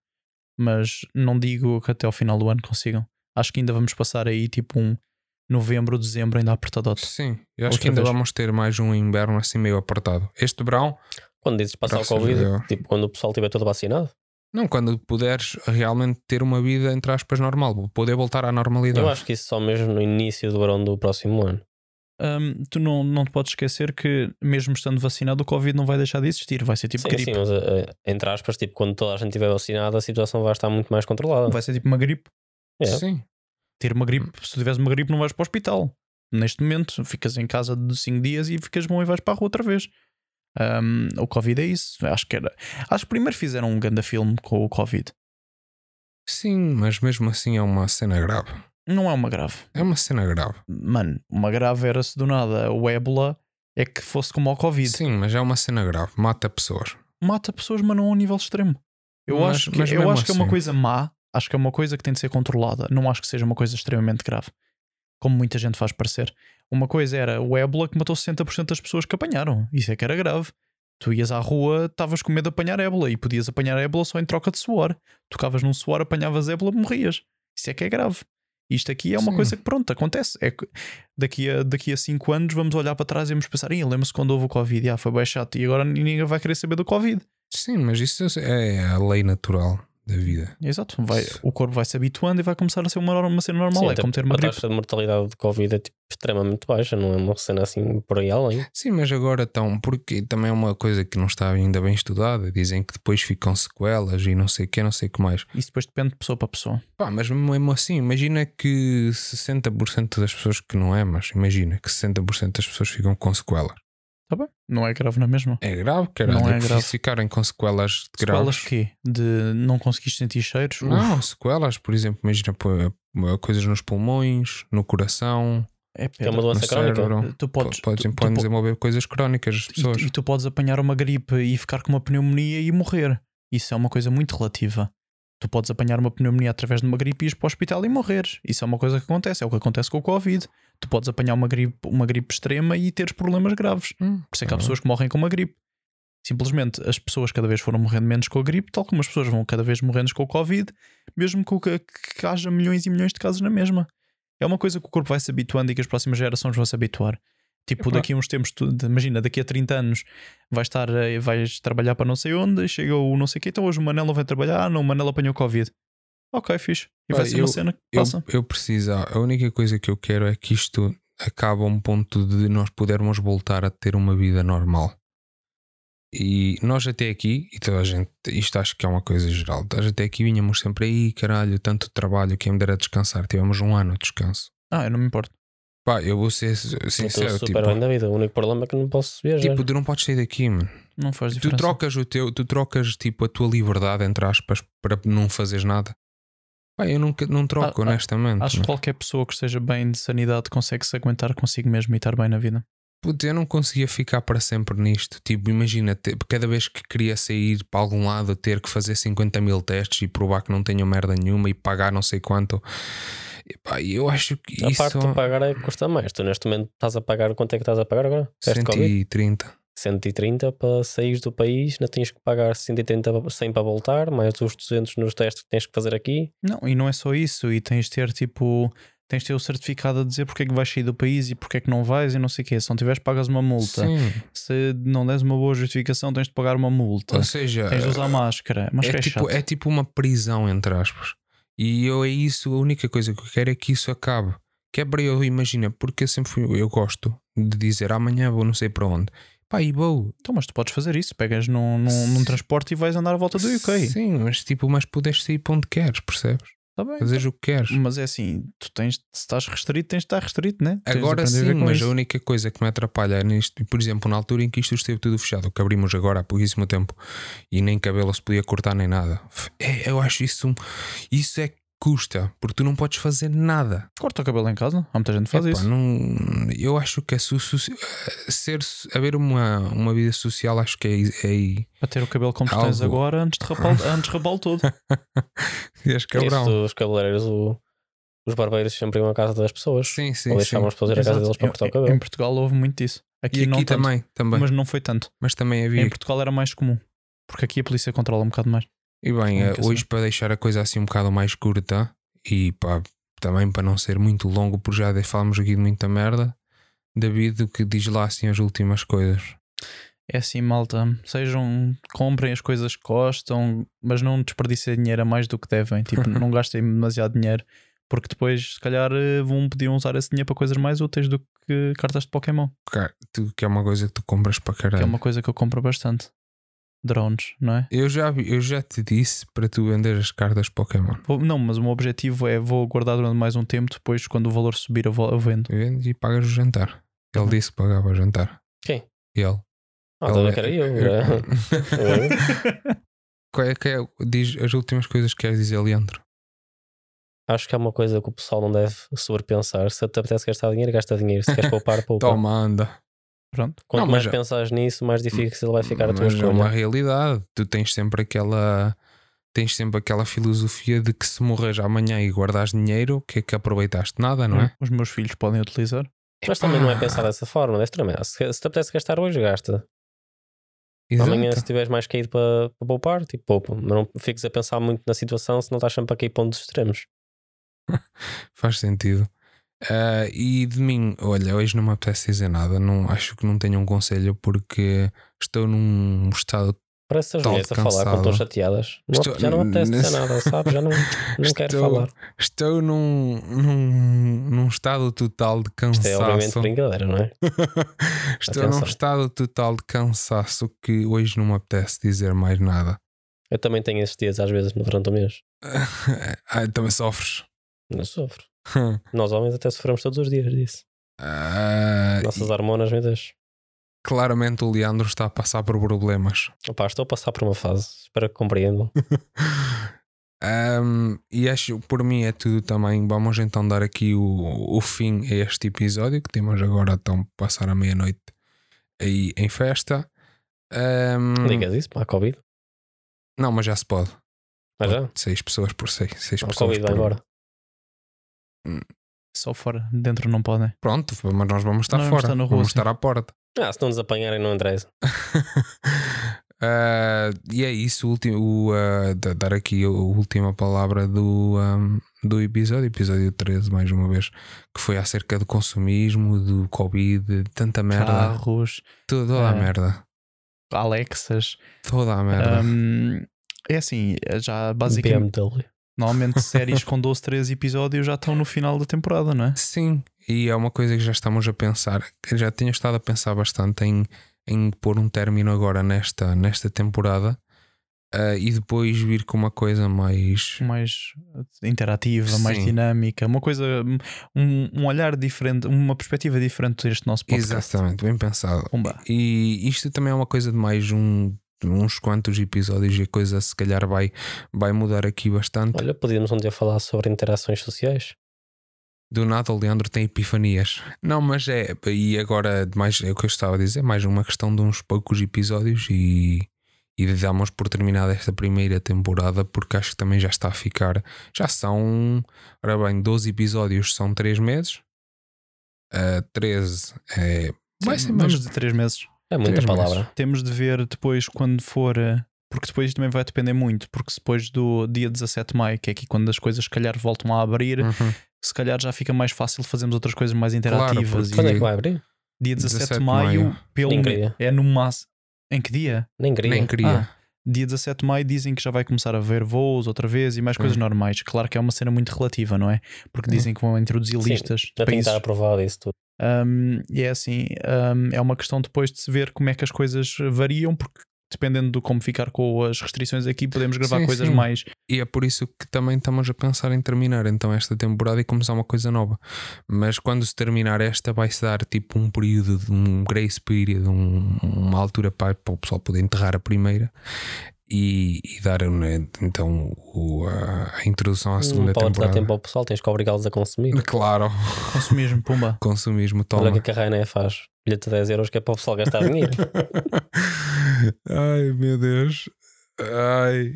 C: Mas não digo que até ao final do ano consigam. Acho que ainda vamos passar aí tipo um novembro, dezembro ainda apertadote.
A: Sim. Eu acho
C: Outra
A: que ainda
C: vez.
A: vamos ter mais um inverno assim meio apertado. Este verão,
B: Quando dizes passar o
A: Graças a Deus.
B: Covid, tipo, quando o pessoal estiver todo vacinado,
A: não, quando puderes realmente ter uma vida, entre aspas, normal, poder voltar à normalidade.
B: eu acho que isso só mesmo no início do verão do próximo ano.
C: Hum, tu não, não te podes esquecer que, mesmo estando vacinado, o Covid não vai deixar de existir. Vai ser tipo
B: sim,
C: gripe.
B: sim, mas eh, entre aspas, tipo, quando toda a gente estiver vacinada, a situação vai estar muito mais controlada.
C: Vai ser tipo uma gripe.
B: Yeah.
A: Sim.
C: Ter uma gripe,
B: Hum.
C: se tu tiveres uma gripe, não vais para o hospital. Neste momento, ficas em casa de 5 dias e ficas bom e vais para a rua outra vez. Hum, o Covid é isso. Acho que era. Acho que primeiro fizeram um grande filme com o Covid.
A: Sim, mas mesmo assim é uma cena grave.
C: Não é uma grave.
A: É uma cena grave.
C: Mano, uma grave era-se do nada. O ébola é que fosse como o Covid.
A: Sim, mas é uma cena grave. Mata pessoas.
C: mata pessoas, mas não a um nível extremo. Eu
A: Mas-
C: acho, que,
A: mas
C: eu
A: mesmo
C: acho que é uma
A: assim.
C: coisa má, acho que é uma coisa que tem de ser controlada. Não acho que seja uma coisa extremamente grave, como muita gente faz parecer. Uma coisa era o ébola que matou 60% das pessoas que apanharam. Isso é que era grave. Tu ias à rua, estavas com medo de apanhar ébola e podias apanhar ébola só em troca de suor. Tocavas num suor, apanhavas ébola, morrias. Isso é que é grave. Isto aqui é uma
A: Sim.
C: coisa que, pronto, acontece. É que daqui a 5 daqui a cinco anos vamos olhar para trás e vamos pensar: "Ih, lembra-se quando houve o Covid? Ah, foi bem chato. E agora ninguém vai querer saber do Covid.
A: Sim, mas isso é a lei natural da vida.
C: Exato, vai,
A: Isso.
C: o corpo vai se habituando e vai começar a ser uma, uma cena normal.
B: Sim,
C: é
B: até
C: como ter
B: a
C: uma gripe.
B: taxa de mortalidade de Covid é tipo, extremamente baixa, não é uma cena assim por aí além.
A: Sim, mas agora estão, porque também é uma coisa que não está ainda bem estudada. Dizem que depois ficam sequelas e não sei o que, não sei o que mais.
C: Isso depois depende de pessoa para pessoa.
A: Pá, mas mesmo assim, imagina que 60% das pessoas que não é, mas imagina que 60% das pessoas ficam com sequelas.
C: Tá bem? Não é grave na mesma.
A: É grave, caralho.
C: Não é
A: que
C: grave.
A: ficarem com sequelas de
C: Sequelas
A: graves.
C: quê? De não conseguiste sentir cheiros? Uf,
A: Não, sequelas, por exemplo, imagina pô, eh, coisas nos pulmões, no coração,
C: é
B: É
C: pena.
B: uma doença
A: no
B: crónica.
A: cérebro.
C: Tu
A: Podes,
C: podes, tu- tu
A: podem
C: po-
A: desenvolver coisas crónicas as
C: e,
A: pessoas.
C: tu- e tu podes apanhar uma gripe e ficar com uma pneumonia e morrer. Isso é uma coisa muito relativa. Tu podes apanhar uma pneumonia através de uma gripe e ires para o hospital e morreres. Isso é uma coisa que acontece, é o que acontece com o Covid. Tu podes apanhar uma gripe, uma gripe extrema e teres problemas graves. Por isso é que há
A: Ah.
C: pessoas que morrem com uma gripe. Simplesmente as pessoas cada vez foram morrendo menos com a gripe, tal como as pessoas vão cada vez morrendo com o Covid, mesmo que, o ca- que haja milhões e milhões de casos na mesma. É uma coisa que o corpo vai se habituando e que as próximas gerações vão se habituar. Tipo,
A: Epá.
C: daqui a uns tempos, tu, de- imagina, daqui a 30 anos vais estar, eh, vais trabalhar para não sei onde, e chega o não sei quê, então hoje o Manel não vai trabalhar, ah, não, o Manel apanhou Covid. Ok, fixe. E
A: Pá,
C: vai ser uma
A: eu-
C: cena que
A: Eu,
C: passa.
A: eu preciso, a única coisa que eu quero é que isto acabe a um ponto de nós podermos voltar a ter uma vida normal. E nós até aqui, e toda a gente, isto acho que é uma coisa geral, nós até aqui vinhamos sempre aí, caralho, tanto trabalho, quem me dera descansar, tivemos um ano de descanso.
C: Ah, eu não me importo.
A: Pá, eu vou ser
C: Então,
B: Eu Estou
A: sincero,
B: super
A: tipo,
B: bem da vida. O único problema é que não posso viajar.
A: tipo, tu não podes sair daqui, mano.
C: Não faz
A: Tu
C: diferença.
A: trocas o teu, tu trocas tipo a tua liberdade, entre aspas, para não fazeres nada. Pá, eu nunca, não troco,
C: Ah, ah,
A: honestamente.
C: Acho que
A: mano.
C: qualquer pessoa que esteja bem de sanidade consegue se aguentar consigo mesmo e estar bem na vida.
A: Puto, eu não conseguia ficar para sempre nisto. Tipo, imagina, te- cada vez que queria sair para algum lado, ter que fazer 50 mil testes e provar que não tenho merda nenhuma e pagar não sei quanto. E, pá, eu acho que
B: a
A: isso
B: parte de pagar é que custa mais. Tu neste momento estás a pagar quanto é que estás a pagar agora? Teste Covid?
A: 130.
B: 130 para sair do país, ainda tens que pagar 180 pa- 100 para voltar, mais os 200 nos testes que tens que fazer aqui.
C: Não, e não é só isso. E tens de ter tipo. Tens de ter o certificado a dizer porque é que vais sair do país e porque é que não vais e não sei o quê. Se não tiveres, pagas uma multa.
A: Sim.
C: Se não des uma boa justificação, tens de pagar uma multa.
A: Ou seja,
C: Tens de usar máscara. Mas
A: é, tipo, é tipo uma prisão, entre aspas. E eu é isso, a única coisa que eu quero é que isso acabe. Que é para eu, imagina, porque eu sempre fui, eu gosto de dizer amanhã vou não sei para onde. Pá, e vou,
C: Então, mas tu podes fazer isso. Pegas num, num, num transporte e vais andar à volta do UK.
A: Sim, mas tipo, mas podes sair para onde queres, percebes?
C: Está Tá bem.
A: Fazes o que queres.
C: Mas é assim, tu tens, se estás restrito, tens de estar restrito, né? Tens de
A: Agora
C: aprender a
A: sim,
C: viver com
A: mas
C: isso.
A: a única coisa que me atrapalha é nisto, por exemplo, na altura em que isto esteve tudo fechado, que abrimos agora há pouquíssimo tempo, e nem cabelo se podia cortar nem nada. F- é, eu acho isso um- isso é que custa, porque tu não podes fazer nada.
C: Corta o cabelo em casa. Há muita gente que faz
A: Epá,
C: isso.
A: não- eu acho que é su, su- ser haver uma, uma vida social acho que é, é,
C: Para ter o cabelo como tu tens
A: Algo.
C: agora antes de rapar, antes de rapar todo.
A: é cabrão.
B: Isso, os cabeleireiros, o- os barbeiros sempre iam à casa das pessoas.
A: Sim, sim,
B: ou
A: sim.
B: deixavam as pessoas ir à casa
C: Exato.
B: deles para cortar o
C: Em-
B: cabelo.
C: Em Portugal houve muito isso. Aqui,
A: E
C: não
A: aqui
C: tanto,
A: também, também. Mas,
C: mas é não foi tanto.
A: também havia
C: Em Portugal era mais comum, porque aqui a polícia controla um bocado mais.
A: E bem,
C: Sim,
A: eh,
C: que
A: hoje para deixar a coisa assim um bocado mais curta e pá, também para não ser muito longo, porque já de- falámos aqui de muita merda, David, o que diz lá assim as últimas coisas?
C: É assim, malta, sejam, comprem as coisas que gostam, mas não desperdicem dinheiro a mais do que devem. Tipo, não gastem demasiado dinheiro, porque depois, se calhar, eh, vão podiam usar esse dinheiro para coisas mais úteis do que cartas de Pokémon,
A: Ca- tu- Que é uma coisa que tu compras para
C: que
A: caralho.
C: é uma coisa que eu compro bastante. Drones, não é?
A: eu, já, vi- eu já te disse para tu vender as cartas Pokémon.
C: Vou- não, mas o meu objetivo é vou guardar durante mais um tempo, depois, quando o valor subir, eu, vou, eu vendo.
A: Tu vendes e pagas o jantar.
C: Uhum.
A: Ele disse que pagava o jantar.
B: Quem?
A: Ele. Ele-
B: Ah, então eu quero eu. era-
A: Qual é que é- diz as últimas coisas que queres dizer, Leandro?
B: Acho que é uma coisa que o pessoal não deve sobrepensar. Se te apetece gastar dinheiro, gasta dinheiro. Se queres poupar, poupa.
A: Toma, anda.
C: Pronto.
B: Quanto
A: Não, mas
B: mais
A: já-
B: pensares nisso, mais difícil vai ficar a tua
A: Mas é uma
B: escolha.
A: realidade. Tu tens sempre aquela tens sempre aquela filosofia de que se morres amanhã e guardares dinheiro, o que é que aproveitaste nada,
B: Hum.
A: não é?
C: Os meus filhos podem utilizar.
B: Mas também não é
A: Epá.
B: pensar dessa forma. Deves também. Se, se te apetece gastar hoje, gasta.
A: Exato.
B: Amanhã, se tiveres mais caído para, para poupar, tipo, poupa. Mas não fiques a pensar muito na situação se não estás sempre a cair pontos extremos.
A: Faz sentido. Ah, e de mim, olha, hoje não me apetece dizer nada. Não, acho que não tenho um conselho porque estou num estado.
B: Parece as
A: Tal
B: mulheres a falar
A: cansado.
B: quando estão chateadas. Não-
A: Estou-
B: já não me apetece dizer
A: nesse-
B: nada, sabes? Já não, não quero
A: Estou-
B: falar.
A: Estou num, num, num estado total de
B: Isto
A: cansaço.
B: é obviamente brincadeira, não é?
A: Estou num
B: Atenção.
A: estado total de cansaço que hoje não me apetece dizer mais nada.
B: Eu também tenho esses dias às vezes durante o mês.
A: Ah, também sofres.
B: Eu sofro. Nós homens até sofremos todos os dias disso.
A: Ah,
B: Nossas hormonas, meu Deus.
A: e claramente o Leandro está a passar por problemas.
B: Opa, estou a passar por uma fase. Espero que compreendam.
A: Ahm, e acho por mim é tudo também. Vamos então dar aqui o, o fim a este episódio que temos agora. Então, passar a meia-noite aí em festa. Ahm, Hum.
B: Não Digas isso, pá, Covid.
A: não, mas já se pode.
B: Mas já?
A: 6 pessoas por 6. 6
B: O
A: pessoas
B: Covid
A: por-
B: vai
A: um.
B: embora.
C: Só fora, dentro não podem.
A: Pronto, mas nós vamos estar
C: Nós vamos
A: fora.
C: estar na rua,
A: vamos
C: sim.
A: estar à porta.
B: Ah, se não nos apanharem, não interessa.
A: Ah, e é isso, o último, o, ah, da- dar aqui a última palavra do, ahm, do episódio, episódio 13, mais uma vez, que foi acerca do consumismo, do Covid, de tanta merda,
C: Carros,
A: toda, toda a
C: É.
A: merda,
C: Alexas.
A: toda a merda.
C: Hum, é assim, já basicamente,
B: BMW.
C: normalmente séries com 12, 13 episódios já estão no final da temporada, não é?
A: Sim, e é uma coisa que já estamos a pensar, que já tenho estado a pensar bastante em, em pôr um término agora nesta, nesta temporada ah, e depois vir com uma coisa mais,
C: mais interativa, mais
A: Sim.
C: dinâmica, uma coisa, um, um olhar diferente, uma perspectiva diferente deste nosso Hum, podcast.
A: Exatamente, bem pensado.
C: Pumba.
A: E isto também é uma coisa de mais um, uns quantos episódios e a coisa se calhar vai, vai mudar aqui bastante.
B: Olha, podíamos um dia falar sobre interações sociais.
A: Do nada o Leandro tem epifanias. Não, mas é, e agora mais, é o que eu estava a dizer, mais uma questão de uns poucos episódios e, e damos por terminada esta primeira temporada porque acho que também já está a ficar. Já são, ora bem, 12 episódios são 3 meses. Ah, 13 é. Vai
C: Sim,
A: ser mais
C: vamos de três meses.
B: É muita
A: Três meses.
B: palavra.
C: Temos de ver depois quando for, eh, porque depois também vai depender muito, porque depois do dia 17 de maio, que é aqui quando as coisas se calhar voltam a abrir,
A: Uhum.
C: se calhar já fica mais fácil fazermos outras coisas mais interativas.
A: porque-
B: Quando é
A: E-
B: que vai abrir?
C: e dia 17, de
A: 17 de
C: maio,
A: maio.
C: pelo
B: Nem
C: me-
B: queria.
C: é no máximo. Em que dia?
B: Nem queria.
A: Nem queria.
C: Ah, Dia 17 de maio dizem que já vai começar a haver voos outra vez e mais coisas
A: Sim.
C: normais. Claro que é uma cena muito relativa, não é? Porque
A: Sim.
C: dizem que vão introduzir
B: Hum. Sim,
C: listas. de
B: Já tem que
C: países.
B: estar aprovado isso tudo.
C: Um, e é assim, um, é uma questão depois de se ver como é que as coisas variam, porque dependendo do como ficar com as restrições aqui, podemos gravar
A: Sim,
C: coisas
A: sim.
C: mais.
A: E é por isso que também estamos a pensar em terminar então esta temporada e começar uma coisa nova. Mas quando se terminar esta, vai-se dar tipo um período, de um grace period, um- uma altura para, para o pessoal poder enterrar a primeira e, e dar né, então o- a, a introdução à segunda
B: Não pode dar
A: temporada.
B: Hum, tempo ao pessoal, tens que obrigá-los a consumir.
A: Claro,
C: Consumismo, pumba.
A: consumismo
B: Olha o
A: toma.
B: que a Rainer faz. Bilhete de 10 euros que é para o pessoal gastar dinheiro.
A: Ai meu Deus. Ai.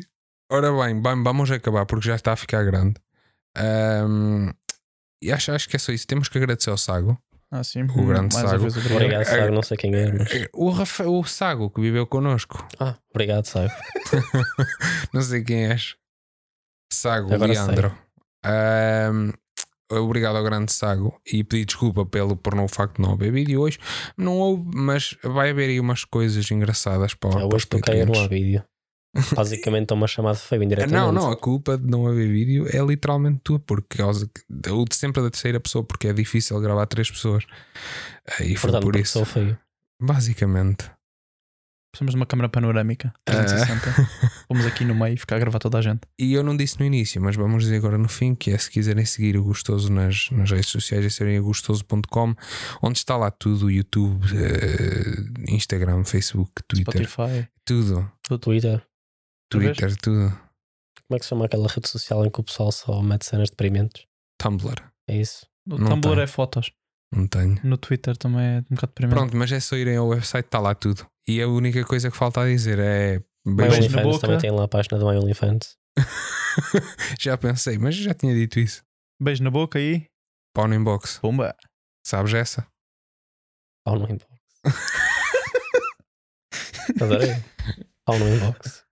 A: Ora bem, bem, vamos acabar porque já está a ficar grande. Ahm, e acho, acho que é só isso. Temos que agradecer ao Sago.
C: Ah, sim,
A: O grande
C: mais uma
A: Sago.
C: vez, obrigado.
B: Obrigado, Sago. Não sei quem é, mas.
A: O, Rafa, o Sago que viveu connosco.
B: Ah, obrigado, Sago.
A: Não sei quem és. Sago,
B: Agora
A: Leandro. Ahm, obrigado ao grande Sago e pedi desculpa pelo, por não o facto de não haver vídeo hoje. Não houve, mas vai haver aí umas coisas engraçadas para,
B: Ah,
A: para os
B: hoje toquei
A: Patreons.
B: não há vídeo. Basicamente estão-me a chamar de feio indiretamente.
A: Não, não, a culpa de não haver vídeo é literalmente tua, porque causa que- ou de sempre da terceira pessoa, porque é difícil gravar três pessoas. Eh, E foi
B: Portanto,
A: por
B: porque
A: isso.
B: sou feio.
A: Basicamente.
C: Precisamos de uma câmara panorâmica 360. Vamos aqui no meio ficar a gravar toda a gente.
A: E eu não disse no início, mas vamos dizer agora no fim, que é se quiserem seguir o Gostoso nas, nas redes sociais, é serem gostoso.com, onde está lá tudo, YouTube, eh, Instagram, Facebook, Twitter,
C: Spotify,
A: tudo.
B: Twitter.
C: Talvez.
A: Twitter, tudo.
B: Como é que se chama aquela rede social em que o pessoal só mete cenas deprimentes?
A: Tumblr,
B: É isso.
C: no
A: Não
C: Tumblr
A: tem.
C: é fotos.
A: não tenho.
C: No Twitter também é um bocado primeiro.
A: Pronto, mas é só irem ao website, está lá tudo. E a única coisa que falta a dizer é.
B: My
A: beijos.
C: Beijo na
B: OnlyFans
C: boca.
B: também tem lá a página do My OnlyFans.
A: já pensei, mas já tinha dito isso.
C: Beijo na boca e
A: Pau no inbox.
C: pumba.
A: Sabes essa?
B: Pau no inbox. Adorei. Pau no inbox.